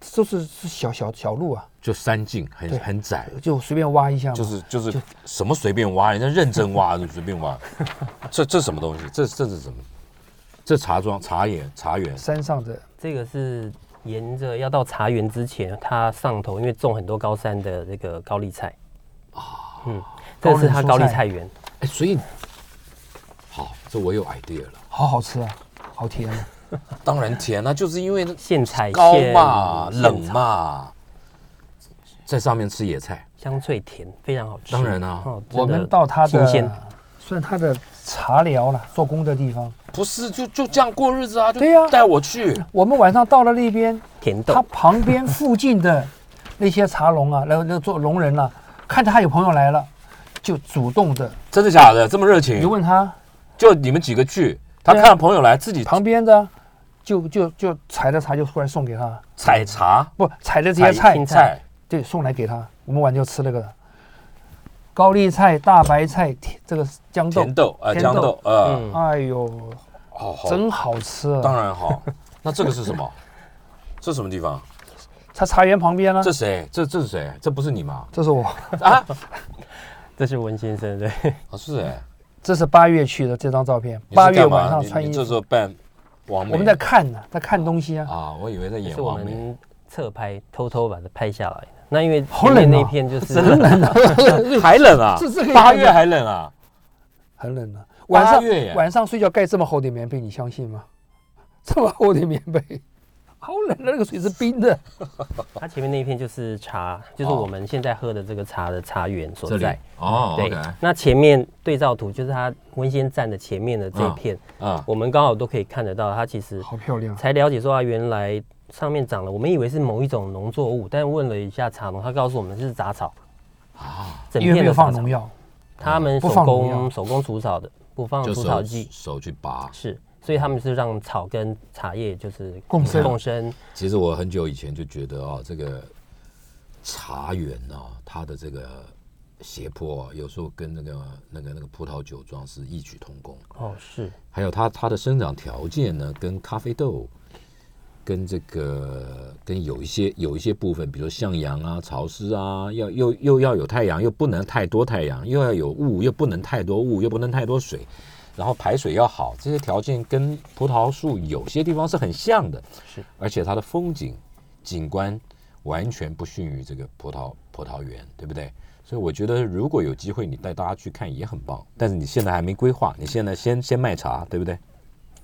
C: 这就是是小小小路啊，
B: 就山径很很窄，
C: 就随便挖一下嘛。
B: 就是就是什 么随便挖，人家认真挖就随便挖，这这什么东西？这这是什么？这茶庄、茶园、茶园，
C: 山上的
D: 这个是沿着要到茶园之前，它上头因为种很多高山的这个高丽菜啊，嗯，这个是它
C: 高
D: 高
C: 丽
D: 丽
C: 蔬菜
D: 菜园，
B: 哎，所以好，这我有 idea 了。
C: 好好吃啊，好甜啊。
B: 当然甜啊，就是因为
D: 现采
B: 高
D: 现
B: 嘛，
D: 现
B: 冷
D: 采
B: 嘛，在上面吃野菜，
D: 香脆甜，非常好吃。
B: 当然啊
D: 哦
C: 我
D: 真
C: 们
D: 的
C: 到他
D: 新鲜
C: 的，算他的茶寮了，做工的地方。
B: 不是就就这样过日子啊？就
C: 对呀
B: 带我去。
C: 我们晚上到了那边，
D: 甜
C: 他
D: 豆，
C: 旁边附近的那些茶农啊，然后那做农人啊，看他有朋友来了，就主动的，
B: 真的假的？这么热
C: 你
B: 情？
C: 问他
B: 就你们几个去，他
C: 对啊
B: 看到朋友来，自己
C: 旁边的，就就就采的茶就突然送给他，
B: 采茶
C: 不采的这些菜哎
D: 青，
B: 菜，
C: 对，送来给他。我们晚就吃那个高丽菜、大白菜、甜这个豇豆
B: 甜，豆呃
C: 甜
B: 豇豆呃，哦
D: 嗯，
C: 哎呦，
B: 好好，
C: 真好吃啊！
B: 当然 好。那这个是什么？这什么地方？
C: 啊他茶园旁边呢、啊
B: 这谁？这这是谁？这不是你吗？
C: 这是我，
B: 啊，
D: 这是文先生对，
B: 啊是哎，
C: 这是八月去的这张照片，
B: 你
C: 八
B: 是
C: 月
B: 干
C: 晚
B: 嘛？
C: 上
B: 你
C: 穿
B: 你
C: 衣
B: 这时
C: 服。
B: 候扮王美？
C: 我们在看呢、在看东西啊。
B: 啊，我以为在演
D: 是我
B: 王 美。
D: 们侧拍，偷偷把它拍下来的。那因为
C: 好
D: 前面
C: 冷
D: 那
C: 啊
D: 片 就是
B: 还冷啊
C: 这这 个
B: 八
C: 也
B: 月还冷啊！
C: 很冷的、啊晚
B: 八
C: 上
B: 月耶
C: 晚上睡觉盖这么厚的棉被，你相信吗？ 这么厚的棉被， 好冷啊的，那个水是冰的。
D: 它前面那一片就是茶，就是
B: 哦
D: 我们现在喝的这个茶的茶园所在。
B: 哦
D: 对啊
B: ，OK，
D: 那前面对照图就是它温先站的前面的这一片，
B: 啊，
D: 我们刚好都可以看得到。它其实
C: 好漂亮，
D: 才了解说啊，原来上面长了，我们以为是某一种农作物，但问了一下茶农，他告诉我们是杂草啊，整
C: 因为没
D: 片的
C: 有
D: 杂
C: 放
D: 草
C: 农，药，
D: 他们
C: 不
D: 手
C: 放农药
D: 工手工除草的，不放
B: 就
D: 除
B: 手
D: 草剂
B: 手去拔。
D: 是，所以他们是让草跟茶叶就是
C: 共生
D: 共生，
B: 其实我很久以前就觉得哦，这个茶园哦，它的这个斜坡、哦，有时候跟那个那个那个葡萄酒庄是异曲同工。
D: 哦是，
B: 还有它它的生长条件呢，跟咖啡豆，跟这个跟有一些有一些部分，比如向阳啊、潮湿啊，要又又要有太阳，又不能太多太阳，又要有雾，又不能太多雾，又不能太多水，然后排水要好，这些条件跟葡萄树有些地方是很像的，
D: 是，
B: 而且它的风景景观完全不逊于这个葡萄葡萄园，对不对？所以我觉得如果有机会，你带大家去看也很棒。但是你现在还没规划，你现在先先卖茶，对不对？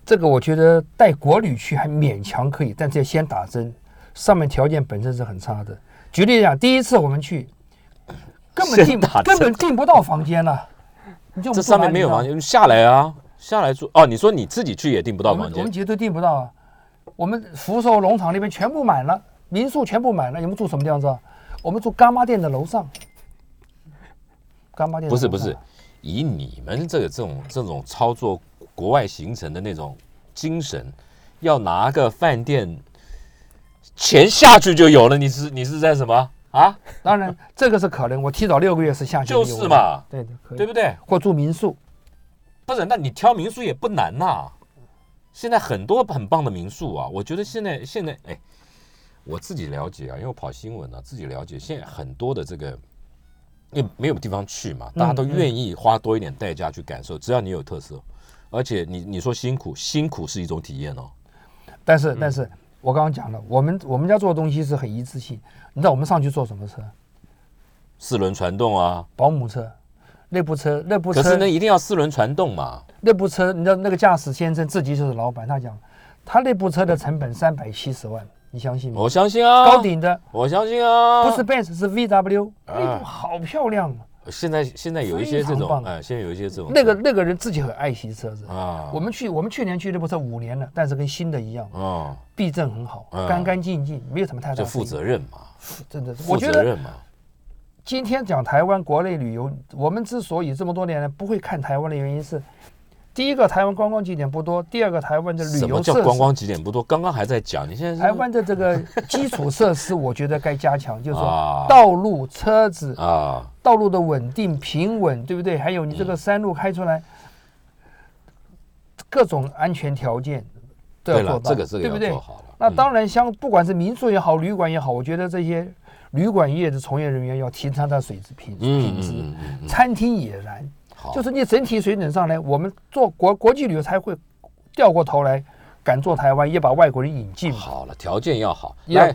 C: 这个我觉得带国旅去还勉强可以，但是要先打针，上面条件本身是很差的。举例讲，第一次我们去，根本订
B: 先打针
C: 根本订不到房间了，你就
B: 这上面没有房间，下来啊，下来住。哦，你说你自己去也订不到
C: 我们
B: 房
C: 我们
B: 间，
C: 绝对订不到啊！我们福寿农场那边全部满了，民宿全部满了。你们住什么地方？知道？我们住干妈店的楼上。干妈店的
B: 不是
C: 楼
B: 不
C: 上
B: 是，以你们这个这种这种操作国外行程的那种精神，要拿个饭店钱下去就有了。你是你是在什么啊？
C: 当然这个是可能，我提早六个月是下去
B: 就
C: 的
B: 是嘛，
C: 有的，对的，可以
B: 对不对？
C: 或住民宿，
B: 不是，那你挑民宿也不难呐、现在很多很棒的民宿啊，我觉得现在现在哎，我自己了解啊，因为我跑新闻啊，自己了解现在很多的这个，因为没有地方去嘛，
C: 嗯
B: 大家都愿意花多一点代价去感受，只要你有特色，而且你你说辛苦，辛苦是一种体验哦。
C: 但是但是我刚刚讲了，我们我们家做的东西是很一致性。你知道我们上去坐什么车？
B: 四轮传动啊，
C: 保姆车，那部车那部
B: 可
C: 车
B: 是那一定要四轮传动嘛，
C: 那部车，你知道那个驾驶先生自己就是老板，他讲他那部车的成本三百七十万，你相信吗？
B: 我相信啊，
C: 嗯高，顶的。
B: 我相信啊，
C: 不是 Benz 是 VW，
B: 啊
C: 那部好漂亮啊！
B: 现在现在有一些这
C: 非常
B: 种，
C: 棒
B: 哎，现在有一些这种
C: 那个那个人自己很爱惜车子。
B: 啊，
C: 我们去我们去年去那部车五年了，但是跟新的一样，
B: 啊。
C: 避震很好
B: 嗯，
C: 干干净净，没有什么太大
B: 就
C: 的
B: 负
C: 事情
B: 责，任嘛，
C: 真的是。
B: 负
C: 我觉
B: 责
C: 得
B: 任嘛，
C: 今天讲台湾国内旅游，我们之所以这么多年来不会看台湾的原因是，第一个台湾观光景点不多，第二个台湾的旅
B: 什么
C: 游
B: 叫
C: 设
B: 啊观
C: 施。
B: 光景点不多？刚刚还在讲，你现在是
C: 台湾的这个基础设施，我觉得该加强，就是
B: 啊
C: 说道路、车子、
B: 啊，
C: 道路的稳定、平稳，对不对？还有你这
B: 嗯
C: 个山路开出来，各种安全条件都要
B: 对
C: 做
B: 了
C: 到，，
B: 这个这个
C: 对不
B: 要
C: 对
B: 做？好了。
C: 那
B: 嗯
C: 当然，像不管是民宿也好，旅馆也好，我觉得这些旅馆业的从业人员要提倡它水质品
B: 嗯
C: 品
B: 嗯
C: 质，
B: 嗯嗯嗯，
C: 餐厅也然，
B: 好，
C: 就是你整体水准上来，我们做国国际旅游才会掉过头来敢做台湾，也把外国人引进。
B: 好了，条件要好。
C: 要
B: 来，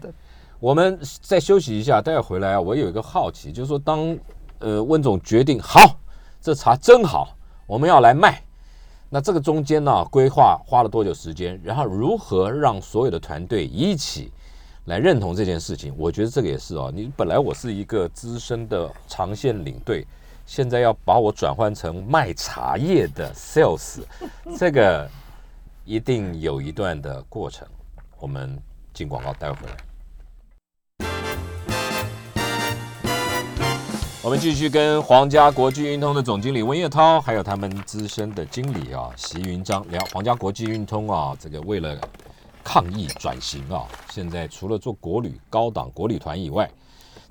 B: 我们再休息一下，待会儿回来啊。我有一个好奇，就是说当呃温总决定好，这茶真好，我们要来卖。那这个中间呢、规划花了多久时间？然后如何让所有的团队一起来认同这件事情？我觉得这个也是哦。你本来我是一个资深的长线领队，现在要把我转换成卖茶叶的 sales，这个一定有一段的过程。我们进广告，待会儿回来。我们继续跟皇家国际运通的总经理温业涛，还有他们资深的经理啊席云章聊皇家国际运通啊，这个为了抗疫转型啊，现在除了做国旅高档国旅团以外，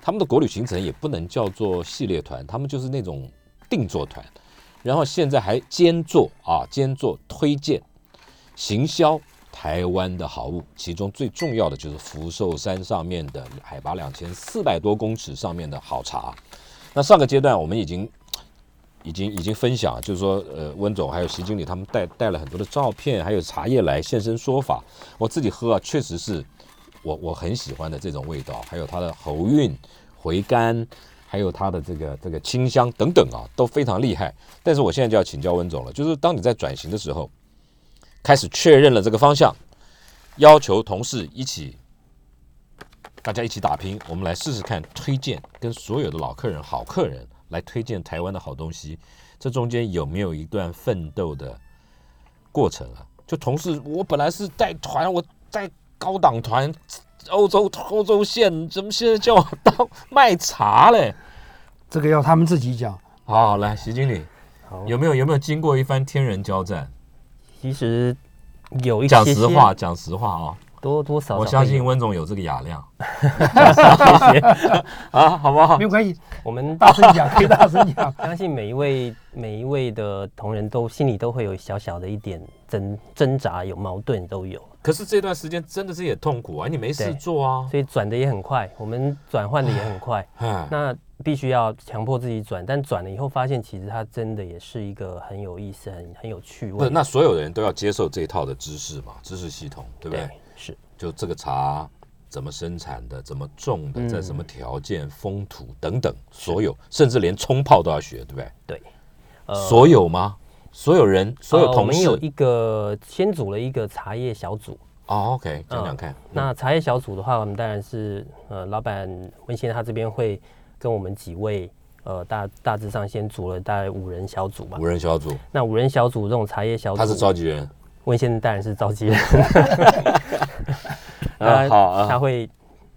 B: 他们的国旅行程也不能叫做系列团，他们就是那种定做团，然后现在还兼做啊兼做推荐行销台湾的好物，其中最重要的就是福寿山上面的海拔两千四百多公尺上面的好茶。那上个阶段我们已经已经已经分享，就是说，呃，温总还有席经理他们带带了很多的照片，还有茶叶来现身说法。我自己喝啊，确实是我我很喜欢的这种味道，还有它的喉韵、回甘，还有它的这个这个清香等等啊，都非常厉害。但是我现在就要请教温总了，就是当你在转型的时候，开始确认了这个方向，要求同事一起大家一起打拼，我们来试试看推荐跟所有的老客人、好客人来推荐台湾的好东西，这中间有没有一段奋斗的过程啊？就同事，我本来是带团，我带高档团，欧洲欧洲线，怎么现在叫我当卖茶嘞？
C: 这个要他们自己讲。
B: 好，来，徐经理，
D: 好，
B: 有没有有没有经过一番天人交战？
D: 其实有一些
B: 讲
D: 些
B: 实话，讲实话啊、
D: 多多少少
B: 我相
D: 会
B: 信
D: 有
B: 温总有这个雅 量
D: 一些。
B: 啊，好不好
C: 没？有关系，
D: 我们
C: 大声讲，可以大声讲。
D: 相信每一位每一位的同仁都心里都会有小小的一点挣挣扎，有矛盾都有，
B: 可是这段时间真的是也痛苦啊，你没事
D: 对
B: 做啊，
D: 所以转的也很快，我们转换的也很快。
B: 哎。
D: 那必须要强迫自己转，但转了以后发现，其实它真的也是一个很有意思、很很有趣
B: 不
D: 味
B: 是，。那所有的人都要接受这一套的知识嘛，知识系统，对不对？
D: 对，是
B: 就这个茶怎么生产的，怎么种的，
D: 嗯
B: 在什么条件、风土等等，所有，甚至连冲泡都要学，对不对？
D: 对。
B: 所有吗？所有人，所有
D: 呃我
B: 同
D: 们
B: 事
D: 有一个先组了一个茶叶小组，
B: 哦，OK，讲
D: 嗯
B: 讲看。
D: 那茶叶小组的话，我们当然是呃，老板温先生他这边会跟我们几位呃大大致上先组了大概五人小组吧
B: 五。人小组，
D: 那五人小组这种茶叶小组，
B: 他是召集人。
D: 温先生当然是 召集人，呃
B: 啊，好啊
D: 他，会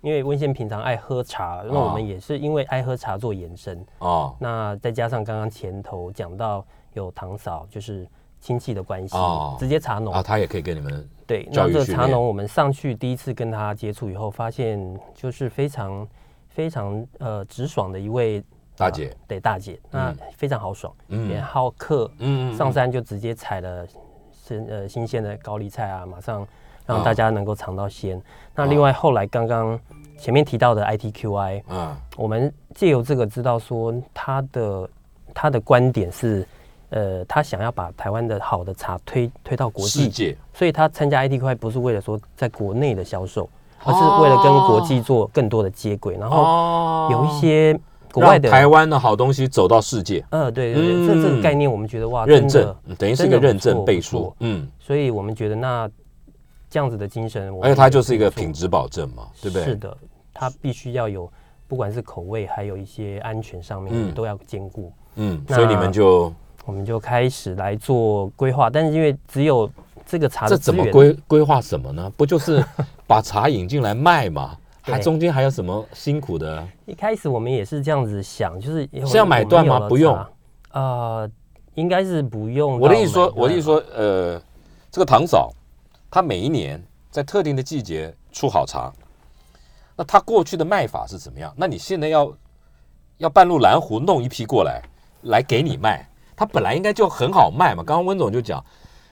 D: 因为温先生平常爱喝茶，那我们也是因为爱喝茶做延伸。
B: 哦
D: 那再加上刚刚前头讲到有堂嫂，就是亲戚的关系，
B: 哦
D: 直接茶农
B: 啊，他也可以跟你们
D: 对，
B: 教
D: 那
B: 育
D: 这个
B: 训
D: 茶
B: 练
D: 农，我们上去第一次跟他接触以后，发现就是非常非常呃直爽的一位
B: 大姐，
D: 对大姐，那非常豪爽，
B: 嗯
D: 也好客，
B: 嗯，嗯
D: 上
B: 嗯
D: 山就直接采了新呃新鲜的高丽菜啊，马上
B: 啊
D: 让大家能够尝到鲜。那另外后来刚刚前面提到的 ITQI，
B: 嗯
D: 我们借由这个知道说他的他的观点是。呃，他想要把台湾的好的茶推推到国
B: 世
D: 际，
B: 界
D: 所以他参加 IT 快不是为了说在国内的销售，而是为了跟国际做更多的接轨，然后
B: 哦
D: 有一些国
B: 让
D: 外的，
B: 台湾的好东西走到世界，
D: 呃，对对对，这这
B: 嗯
D: 个概念我们觉得哇，
B: 认
D: 真
B: 证
D: 的，
B: 嗯等于是一个
D: 真的
B: 认
D: 不错
B: 证背
D: 不
B: 书
D: 错，
B: 嗯，
D: 所以我们觉得那这样子的精神，我
B: 而且
D: 们
B: 它就
D: 觉得
B: 是一个
D: 不错
B: 品，质保证嘛，对不对？
D: 是的，它必须要有，不管是口味，还有一些安全上
B: 嗯
D: 面都要兼顾。
B: 嗯，
D: 那
B: 所以你们就
D: 我们就开始来做规划，但是因为只有这个茶
B: 这
D: 的
B: 怎
D: 资
B: 么
D: 源，
B: 规规划什么呢？不就是把茶引进来卖嘛？
D: 对
B: 还中间还有什么辛苦的？
D: 一开始我们也是这样子想，就是有
B: 是要买断吗
D: 我们有了
B: 不用
D: 茶呃，应该是不用。
B: 我的意思说，我的意思，说，呃，这个糖嫂，她每一年在特定的季节出好茶，那她过去的卖法是怎么样？那你现在要要半路蓝湖弄一批过来，来给你卖，它本来应该就很好卖嘛。刚刚温总就讲，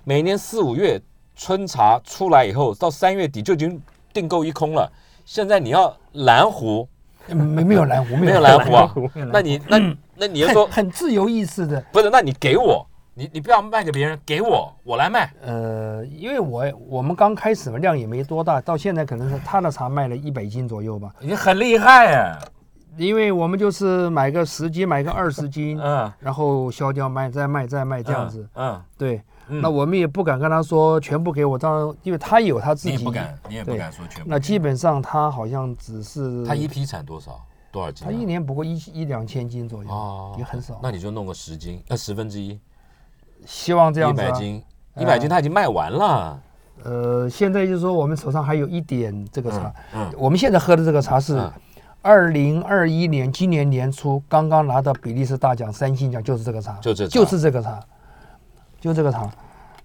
B: 每年四五月春茶出来以后，到三月底就已经订购一空了。现在你要蓝湖，
C: 嗯没没有蓝湖，
B: 啊没有蓝湖啊？那你那那你就说
C: 很很自由意识的，
B: 不是？那你给我，你你不要卖给别人，给我，我来卖。
C: 呃，因为我我们刚开始嘛，量也没多大，到现在可能是他的茶卖了一百斤左右吧。
B: 你很厉害哎，
C: 啊因为我们就是买个十斤，买个二十斤，
B: 嗯，
C: 然后销掉卖，再卖，再卖这样子。
B: 嗯，
C: 对，
B: 嗯
C: 那我们也不敢跟他说全部给我，当然，因为他有他自
B: 你
C: 己。
B: 也不敢，你也不
C: 对
B: 敢说全部。
C: 那基本上他好像只是
B: 他一批产多少？多少斤啊？
C: 他一年不过一一两千斤左右，
B: 哦，
C: 也很少。
B: 那你就弄个十斤，呃，十分之一，
C: 希望这
B: 一
C: 样子、
B: 百
C: 啊。
B: 斤，一百斤他已经卖完了。
C: 呃，现在就是说我们手上还有一点这个茶，
B: 嗯
C: 我们现在喝的这个茶是
B: 嗯
C: 二零二一年今年年初刚刚拿到比利时大奖三星奖，就是这个茶，
B: 就这茶
C: 就是这个茶，就这个茶。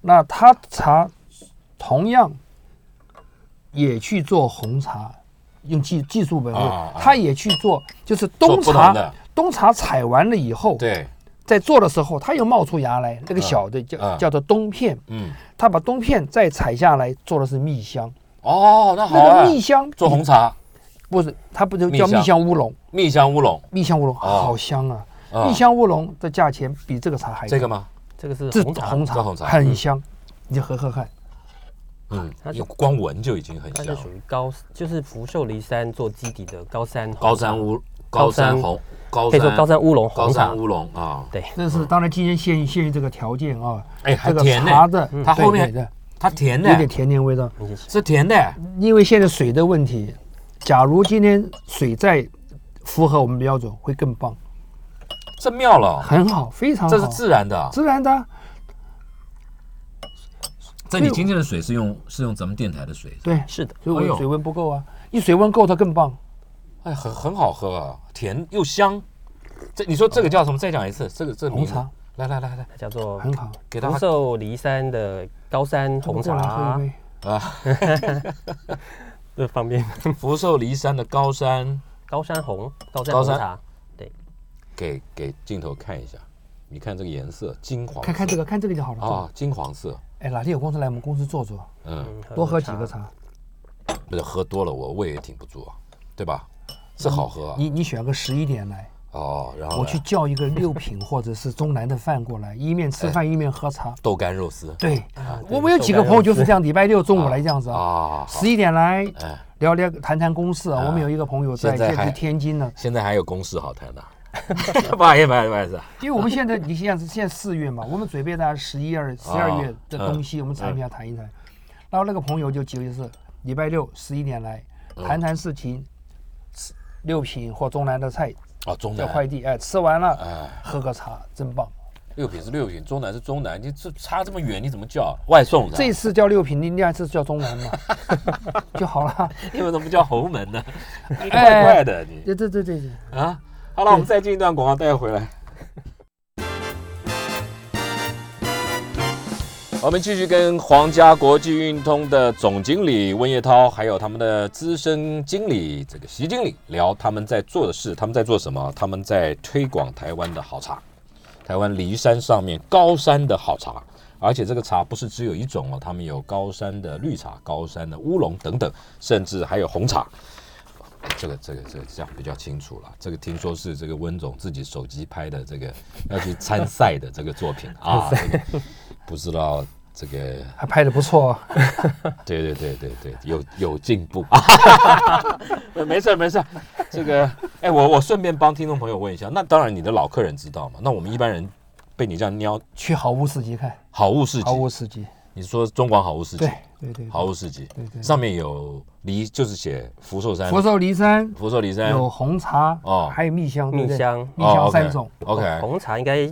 C: 那他茶同样也去做红茶，用技技术本位，
B: 啊啊
C: 他也去做，就是
B: 做
C: 冬
B: 不同
C: 茶
B: 的
C: 冬茶采完了以后，
B: 对，
C: 在做的时候，它又冒出芽来，那个小的叫、
B: 嗯
C: 叫做冬片，
B: 嗯，
C: 他把冬片再采下来做的是蜜香。
B: 哦，那好
C: 那
B: 啊
C: 个，蜜香
B: 做红茶，
C: 不是，它不就
B: 蜜
C: 叫
B: 香
C: 蜜香乌龙？
B: 蜜香乌龙，
C: 蜜香乌龙
B: 哦
C: 好香啊！
B: 啊
C: 蜜香乌龙的价钱比这个茶还
B: 这个吗？
D: 这个是
C: 这
D: 红茶，
C: 红
B: 这
C: 茶
B: 红茶
C: 很香，你就喝喝看。
B: 嗯
D: 它，是
B: 你光闻就已经很
D: 它
B: 香
D: 是
B: 了
D: 属。于高，就是福寿梨山做基底的高山红
B: 高山乌，高
D: 高山
B: 山红，高
D: 可以说
B: 山
D: 高山乌龙
B: 高
D: 红茶
B: 山，乌龙啊，
D: 对，
C: 这是当然，今天限于限于这个条件啊，
B: 哎，还
C: 这个
B: 甜呢，嗯
C: 茶的
B: 它后面
C: 的
B: 它甜呢
C: 有，点嗯甜甜味道，
B: 是甜的，
C: 因为现在水的问题，假如今天水再符合我们标准，会更棒，
B: 这妙了，
C: 很好，非常好，
B: 这是自然的。
C: 自然的啊，
B: 这你今天的水是用是用咱们电台的水，
C: 对，
D: 是的，
C: 所以
B: 哎呦
C: 我水温不够啊，你水温够它更棒。
B: 哎，很很好喝啊，甜又香。这你说这个叫什么？再讲一次，这个这个名字
C: 红茶。
B: 来来来来，
D: 它叫做
C: 很好，
B: 给大
D: 福
B: 家
D: 寿梨山的高山红
C: 过来喝
D: 茶
C: 一，杯。
B: 啊，
D: 这方便
B: 福寿梨山的高山，
D: 高山红，高山
B: 高
D: 红
B: 山
D: 茶，
B: 给给镜头看一下，你看这个颜色，金黄色。
C: 看看这个，看这个就好了。
B: 啊，金黄色。
C: 哎，哪天有空再来我们公司坐坐，
B: 嗯，
D: 嗯
C: 多喝几个。茶。
B: 不是喝多了，我胃也挺不住啊，对吧？是好喝啊。
C: 你你选个十一点来，
B: 哦，然后
C: 我
B: 呢
C: 去叫一个六品或者是中南的饭过来，一面
B: 哎
C: 吃饭一面喝茶。
B: 豆干肉丝。
C: 对，
D: 对
C: 我我有几个朋友就是这样，礼拜六中午来这样子啊，
B: 啊，好
C: 十一点来
B: 哎，
C: 聊聊谈谈公事啊。我们有一个朋友在
B: 现在
C: 现
B: 还
C: 在天津呢，
B: 现在还有公事好谈 呢。 不好意思，不好意思不好啊意思，
C: 因为我们现在你现在现在四 月嘛，我们准备大家十一
B: 哦
C: 二十二月的东
B: 嗯
C: 西，我们产品要谈一谈。然后那个朋友就急的是礼拜六十一点来
B: 嗯
C: 谈谈事情，六品或中南的菜
B: 哦，中
C: 叫
B: 南
C: 快递，哎，吃完了
B: 哎
C: 喝个茶，真棒。
B: 六品是六品，中南是中南，你这差这么远，你怎么叫 外送的？
C: 这次叫六品，另外一次叫中南嘛， 就好了。
B: 你们怎么不叫侯门呢？你怪
C: 哎
B: 怪的你
C: 对对对对对。
B: 啊！好了，我们再进一段广告，待会回来。 我们继续跟皇家国际运通的总经理温业涛，还有他们的资深经理这个席经理聊他们在做的事，他们在做什么？他们在推广台湾的好茶，台湾骊山上面高山的好茶，而且这个茶不是只有一种哦，他们有高山的绿茶、高山的乌龙等等，甚至还有红茶。这个这个这个这样比较清楚了。这个听说是这个温总自己手机拍的，这个要去参赛的这个作 品啊，这个不知道这个
C: 还拍的不错、啊，
B: 对对对对对，有有进 步啊！没事儿没事儿，这个哎，我我顺便帮听众朋友问一下，那当然你的老客人知道嘛，那我们一般人被你这样撩
C: 去好物市集看，
B: 好物市集
C: 好，物市集，
B: 你说中广好物市集
C: 对，对对，
B: 好物市集
C: 对对
B: 上面有离就是写福寿山
C: 佛寿梨山
B: 福寿离山
C: 有红茶
B: 哦
C: 还有蜜香，对不对
D: 蜜香
C: 蜜香三种。
B: OK
D: 红茶应该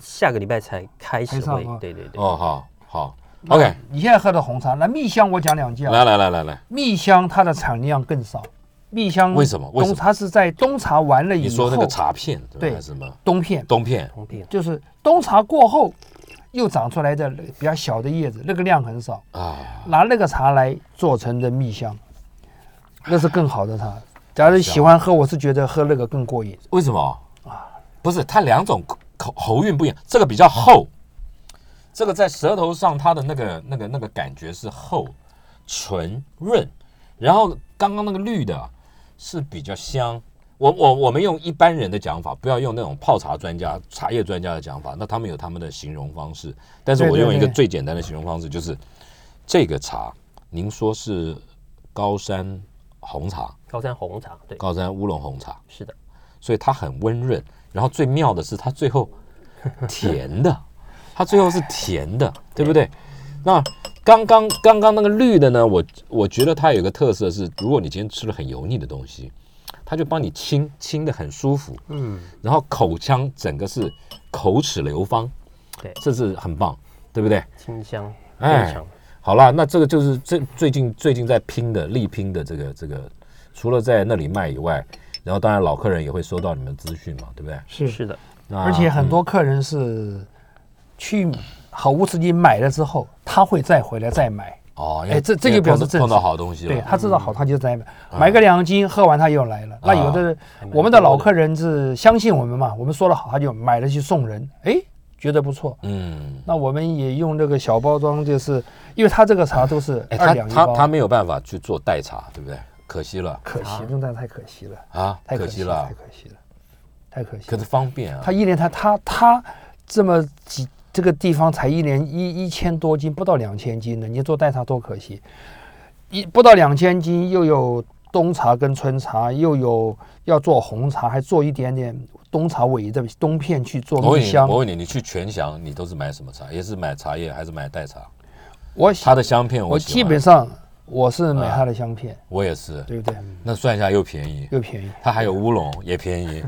D: 下个礼拜才开始
C: 开上
D: 会
C: 啊，
D: 对对对，
B: 哦好好 OK。
C: 你现在喝的红茶，那蜜香我讲两句啊。
B: 来来来来来，
C: 蜜香它的产量更少，蜜香
B: 为什么为什么
C: 冬它是在冬茶完了以后，
B: 你说那个茶片对吧
C: 对
B: 还是什么
C: 冬片，
B: 冬片？
D: 红片
C: 就是冬茶过后又长出来的比较小的叶子，那个量很少，
B: 啊，
C: 拿那个茶来做成的蜜香，那是更好的茶。假如喜欢喝，我是觉得喝那个更过瘾。
B: 为什么啊？不是，它两种口喉韵不一样，这个比较厚，这个在舌头上它的那个那个那个感觉是厚、纯润，然后刚刚那个绿的是比较香，我我我们用一般人的讲法，不要用那种泡茶专家、茶叶专家的讲法，那他们有他们的形容方式。但是
C: 对
B: 我
C: 对
B: 用一个
C: 对
B: 最简单的形容方式，就是这个茶，您说是高山红茶、
D: 高山红茶，对，
B: 高山乌龙红茶，
D: 是的，
B: 所以它很温润。然后最妙的是，它最后甜 的，它最后是甜的，对不对？那刚刚刚刚那个绿的呢，我我觉得它有一个特色是，如果你今天吃了很油腻的东西，它就帮你清清的很舒服，
D: 嗯，
B: 然后口腔整个是口齿流芳，
D: 对
B: 这是很棒，对不对？
D: 清香非
B: 哎
D: 常。
B: 好啦，那这个就是最最近最近在拼的力拼的这个这个，除了在那里卖以外，然后当然老客人也会收到你们资讯嘛，对不对？
C: 是
D: 是的，
B: 那
C: 而且很多客人是去好物市集买了之后，他会再回来再买。
B: 哦，
C: 哎这这
B: 因为
C: 就表
B: 碰
C: 示
B: 到
C: 正
B: 碰到
C: 常
B: 好东西了，
C: 对他知道
B: 嗯
C: 好，他就再买，
B: 啊
C: 买个两斤，喝完他又来了。那有的我们的老客人是相信我们嘛，我们说了好，他就买了去送人，哎，觉得不错。
B: 嗯，
C: 那我们也用这个小包装，就是因为他这个茶都是
B: 哎，
C: 二
B: 他
C: 两一
B: 他
C: 包，
B: 他没有办法去做代茶，对不对？可惜了
C: 可惜，真的太可惜了，
B: 啊，
C: 太可
B: 惜
C: 了，
B: 了
C: 太，可惜了，太可惜
B: 可
C: 了
B: 是。方便啊
C: 他，一年他他他这么几这个地方才一年一一千多斤，不到两千斤的，你做代茶多可惜。一不到两千斤，又有冬茶跟春茶，又有要做红茶，还做一点点冬茶尾的冬片去做
B: 我问
C: 蜜
B: 你，
C: 香
B: 我。问你，你去全祥，你都是买什么茶？也是买茶叶还是买代茶？
C: 我
B: 他的香片
C: 我
B: 喜欢啊
C: 基本上我是买它的香片，
B: 我也是，
C: 对不对？
B: 那算一下又便宜，
C: 又便宜。
B: 它还有乌龙也便 宜，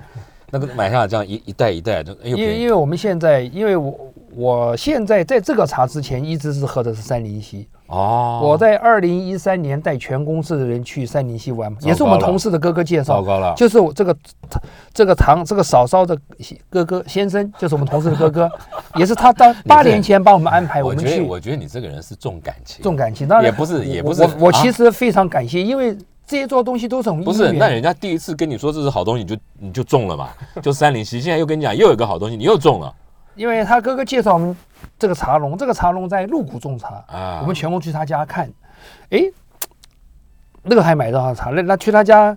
B: 那个买下来这样一一袋一袋就哎又
C: 因为
B: 便
C: 因
B: 宜
C: 为我们现在，因为我我现在在这个茶之前一直是喝的是三零七，
B: 哦。
C: 我在二零一三年带全公司的人去三林溪玩，
B: 糟糕了
C: 也是我们同事的哥哥介
B: 糟
C: 绍，
B: 糕了，
C: 就是我这个这个堂这个嫂嫂的哥哥先生，就是我们同事的哥 哥，也是他当八年前帮我们安排我
B: 我
C: 们
B: 觉
C: 去
B: 得我觉得你这个人是重感情，
C: 重感情，当然
B: 也不是也不是
C: 我我我
B: 啊
C: 其实非常感谢，因为这些做东西都是很
B: 不是，那人家第一次跟你说这是好东西，你就你就中了 嘛，就三零七。现在又跟你讲又有一个好东西，你又中了
C: 因为他哥哥介绍我们这个茶农，这个茶农在鹿谷种茶，
B: 啊！
C: 我们全部去他家看，诶，那个还买得到茶，那那去他家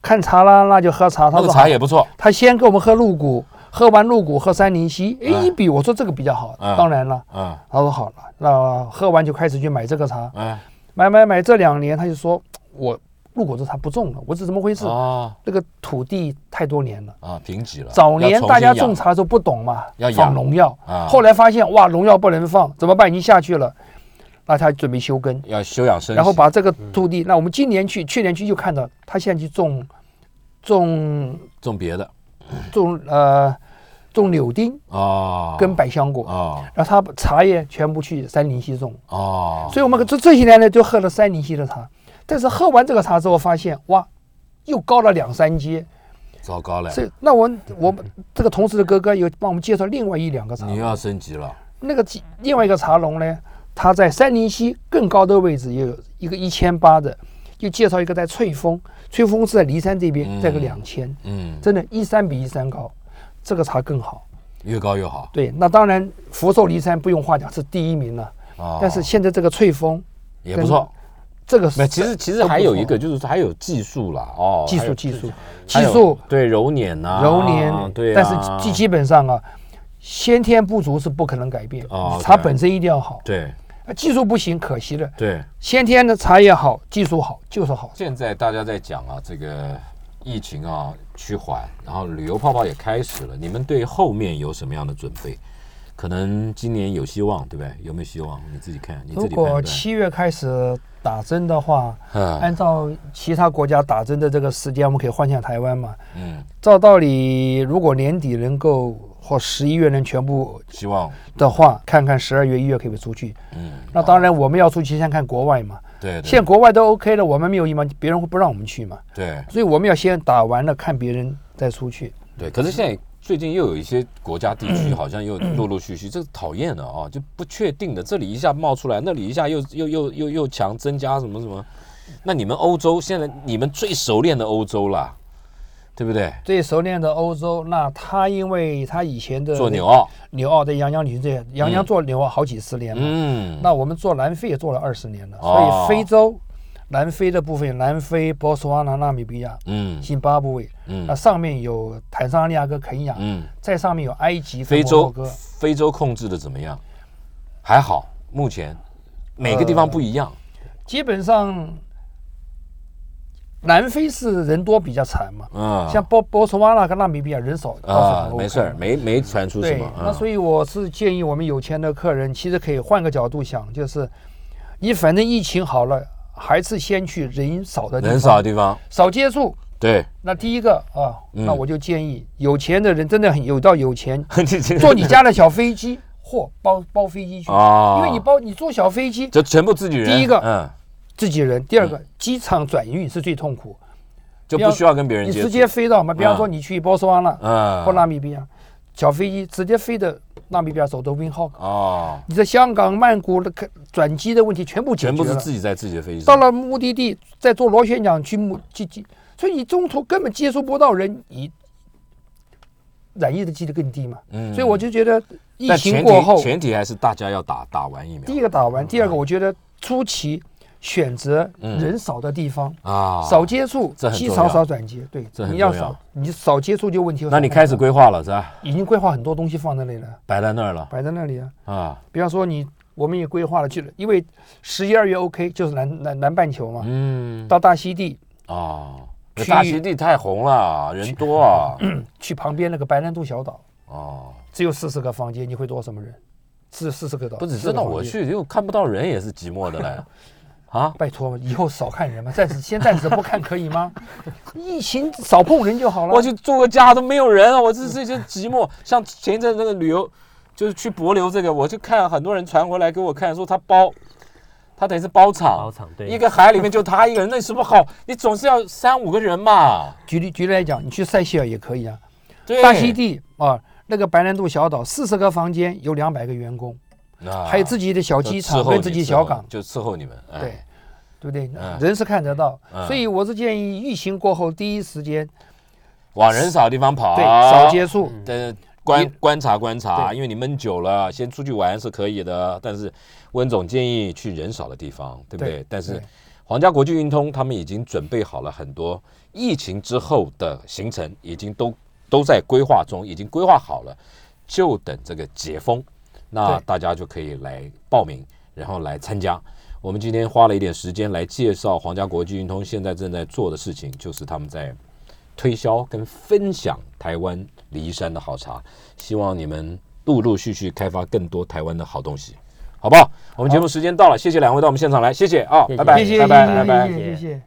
C: 看茶啦，那就喝茶，他
B: 那个
C: 说
B: 茶
C: 好
B: 也不错，
C: 他先给我们喝鹿骨，喝完鹿骨喝三零七，哎，
B: 嗯
C: 一比我说这个比较好，
B: 嗯
C: 当然了，
B: 嗯
C: 他说好了，那喝完就开始去买这个茶，
B: 嗯
C: 买买买，这两年他就说我鹿骨这茶不种了，我是怎么回事？
B: 啊
C: 那个土地太多年了。
B: 啊，贫瘠了。
C: 早年
B: 要重新
C: 大家
B: 养
C: 种茶的时候不懂嘛
B: 要，养
C: 放农药
B: 啊，
C: 后来发现哇，农药不能放，怎么办？已经下去了，那他准备休耕，
B: 要休养生息，
C: 然后把这个
B: 嗯
C: 土地，那我们今年去，去年去就看到他现在去种种
B: 种别的
C: 种呃种柳丁，
B: 哦，
C: 跟百香果，
B: 哦
C: 然后他把茶叶全部去三零七种，
B: 哦，
C: 所以我们这这些年呢就喝了三零七的茶，但是喝完这个茶之后发现哇，又高了两三阶，
B: 糟糕了，
C: 所以那我我们这个同事的哥哥有帮我们介绍另外一两个茶
B: 你，又要升级了。
C: 那个几另外一个茶农呢，他在三零七更高的位置也有一个一千八的，又介绍一个在翠峰，翠峰是在骊山这边，
B: 嗯
C: 这个两千，
B: 嗯，
C: 真的，一山比一山高，这个茶更好。
B: 越高越好
C: 对，那当然福寿骊山不用话讲是第一名了。
B: 啊。
C: 但是现在这个翠峰，
B: 也不错。
C: 这个
B: 没
C: 是
B: 有，其实其实还有一个就是还有技术啦，哦，
C: 技
B: 还有
C: 术技术
B: 还
C: 技
B: 有
C: 术
B: 对揉捻呐，
C: 揉捻，
B: 对啊，
C: 但是基基本上啊，先天不足是不可能改变
B: 哦，
C: 茶
B: 对
C: 本身一定要好，
B: 对
C: 啊技术不行可惜了，
B: 对。
C: 先天的茶叶好，技术好就是好，
B: 现在大家在讲啊，这个疫情啊趋缓，然后旅游泡泡也开始了，你们对后面有什么样的准备？可能今年有希望，对不对？有没有希望？你自己看，你自
C: 如
B: 己判
C: 果
B: 断。
C: 七呃月开始打针的话，
B: 嗯
C: 按照其他国家打针的这个时间，我们可以换向台湾嘛。
B: 嗯，
C: 照道理，如果年底能够或十一月能全部
B: 希望，
C: 的话，看看十二月、一月可不可以出去。
B: 嗯，
C: 那当然，我们要出去先看国外嘛。
B: 对
C: 现在
B: 对
C: 国外都 OK 了，我们没有疫苗，别人会不让我们去嘛，
B: 对
C: 所以我们要先打完了看别人再出去。
B: 对。可是现
C: 嗯
B: 在最近又有一些国家地区好像又陆陆续续，这讨厌了啊，就不确定的，这里一下冒出来，那里一下又又又又又强增加什么什么。那你们欧洲现在你们最熟练的欧洲啦，对不对？
C: 最熟练的欧洲，那他因为他以前的
B: 做啊纽澳，
C: 纽澳在杨洋旅这杨洋做纽澳好几十年了，
B: 嗯，
C: 那我们做南非也做了二十年了，
B: 哦
C: 所以非洲、南非的部分，南非、博斯瓦纳、纳米比亚、
B: 嗯
C: 津巴布韦，
B: 嗯
C: 那上面有坦桑尼亚跟肯亚，
B: 嗯，
C: 在上面有埃及、
B: 非
C: 摩洛
B: 洲
C: 哥。
B: 非洲控制的怎么样？还好，目前每个地方不一样。
C: 基本上，南非是人多比较惨嘛，
B: 嗯，
C: 呃像波波斯瓦纳跟纳米比亚人少，倒是
B: 啊
C: 很，OK
B: 没事儿，没没传出什
C: 对
B: 么。，嗯
C: 那所
B: 以
C: 以我是建议我们有钱的客人，其实可以换个角度想，就是你反正疫情好了，还是先去人少的地方，
B: 人少的地方，
C: 少接触。
B: 对，
C: 那第一个啊，
B: 嗯
C: 那我就建议有钱的人真的很有到 有钱，坐
B: 做
C: 你家的小飞机或包包飞机去，
B: 啊，
C: 因为你包你坐小飞机
B: 就全部自己人。
C: 第一个
B: 嗯，
C: 自己人。第二个，机场转运是最痛苦，
B: 就不需要跟别人
C: 你
B: 接触
C: 直接飞到嘛，比方说
B: 嗯
C: 你去波斯湾了
B: 嗯，
C: 或纳米比亚，小飞机直接飞的纳米比亚首都温浩港。
B: 哦，
C: 你在香港、曼谷的可转机的问题全部解
B: 全
C: 决
B: 部是
C: 了
B: 自。己在自己的飞机
C: 到
B: 上。
C: 了目的地，再坐螺旋桨去目去去，所以你中途根本接触不到人，你染疫的几率更低嘛。
B: 嗯
C: 所以我就觉得疫
B: 但
C: 情
B: 前
C: 过后
B: 提，前提还是大家要打打完疫苗。
C: 第一个打完，第二个我觉得初期选择
B: 嗯
C: 人少的地方，
B: 啊，
C: 少接触
B: 这，很
C: 机
B: 重
C: 场
B: 要
C: 少转接，对
B: 这，很
C: 你要
B: 重要
C: 少，你少接触就问题。
B: 那你开始，规划了是吧？
C: 已经规划很多东西放在那里了，
B: 摆在那儿了
C: 摆在那里啊。
B: 啊，
C: 比方说你，我们也规划了去了，因为十一二月 OK 就是南南南半球嘛，
B: 嗯
C: 到大溪地
B: 啊，这
C: 区域
B: 大溪地太红了，人多啊，
C: 去旁边那个白兰度小岛，
B: 哦，
C: 只有四十个房间，你会多什么人？只有四十个岛，
B: 不是
C: 40个
B: 真的，
C: 房
B: 我
C: 间。
B: 去又看不到人，也是寂寞的 嘞。啊，
C: 拜托，以后少看人嘛，暂时先暂时不看可 以吗？疫情少碰人就好了。
B: 我去住个家都没有人啊，我这这就寂寞。像前一阵那个旅游，就是去博流这个，我就看很多人传回来给我看，说他包，他等于是包场，
D: 包场对
B: 一个海里面就他一个人，那是不是 好？你总是要三五个人嘛。
C: 举例举例来讲，你去塞西尔也可以啊，
B: 对，
C: 大溪地啊，那个白兰度小岛四十个房间，有两百个员工，
B: 啊，
C: 还有自己的小
B: 就
C: 机
B: 伺
C: 场
B: 候
C: 跟
B: 你
C: 自己
B: 伺
C: 小
B: 候
C: 港，
B: 就伺候你们。哎
C: 对，，对不对？
B: 嗯
C: 人是看得到，
B: 嗯
C: 所以我是建议疫情过后第一时间
B: 往人少的地方跑，
C: 对少接触，
B: 但是观
C: 你
B: 观察观察，
C: 对
B: 因为你闷久了，先出去玩是可以的。但是温总建议去人少的地方，对不对？
C: 对
B: 但是
C: 对
B: 皇家国际运通他们已经准备好了很多疫情之后的行程，已经都都在规划中，已经规划好了，就等这个解封，那
C: 对
B: 大家就可以来报名，然后来参加。我们今天花了一点时间来介绍皇家国际运通现在正在做的事情，就是他们在推销跟分享台湾离山的好茶，希望你们陆陆续续开发更多台湾的好东西，好不好？我们节目时间到了，谢谢两位到我们现场来，谢谢啊，
D: 谢谢
B: 拜拜，
C: 谢谢，
B: 拜拜，拜拜。
C: 谢谢谢谢。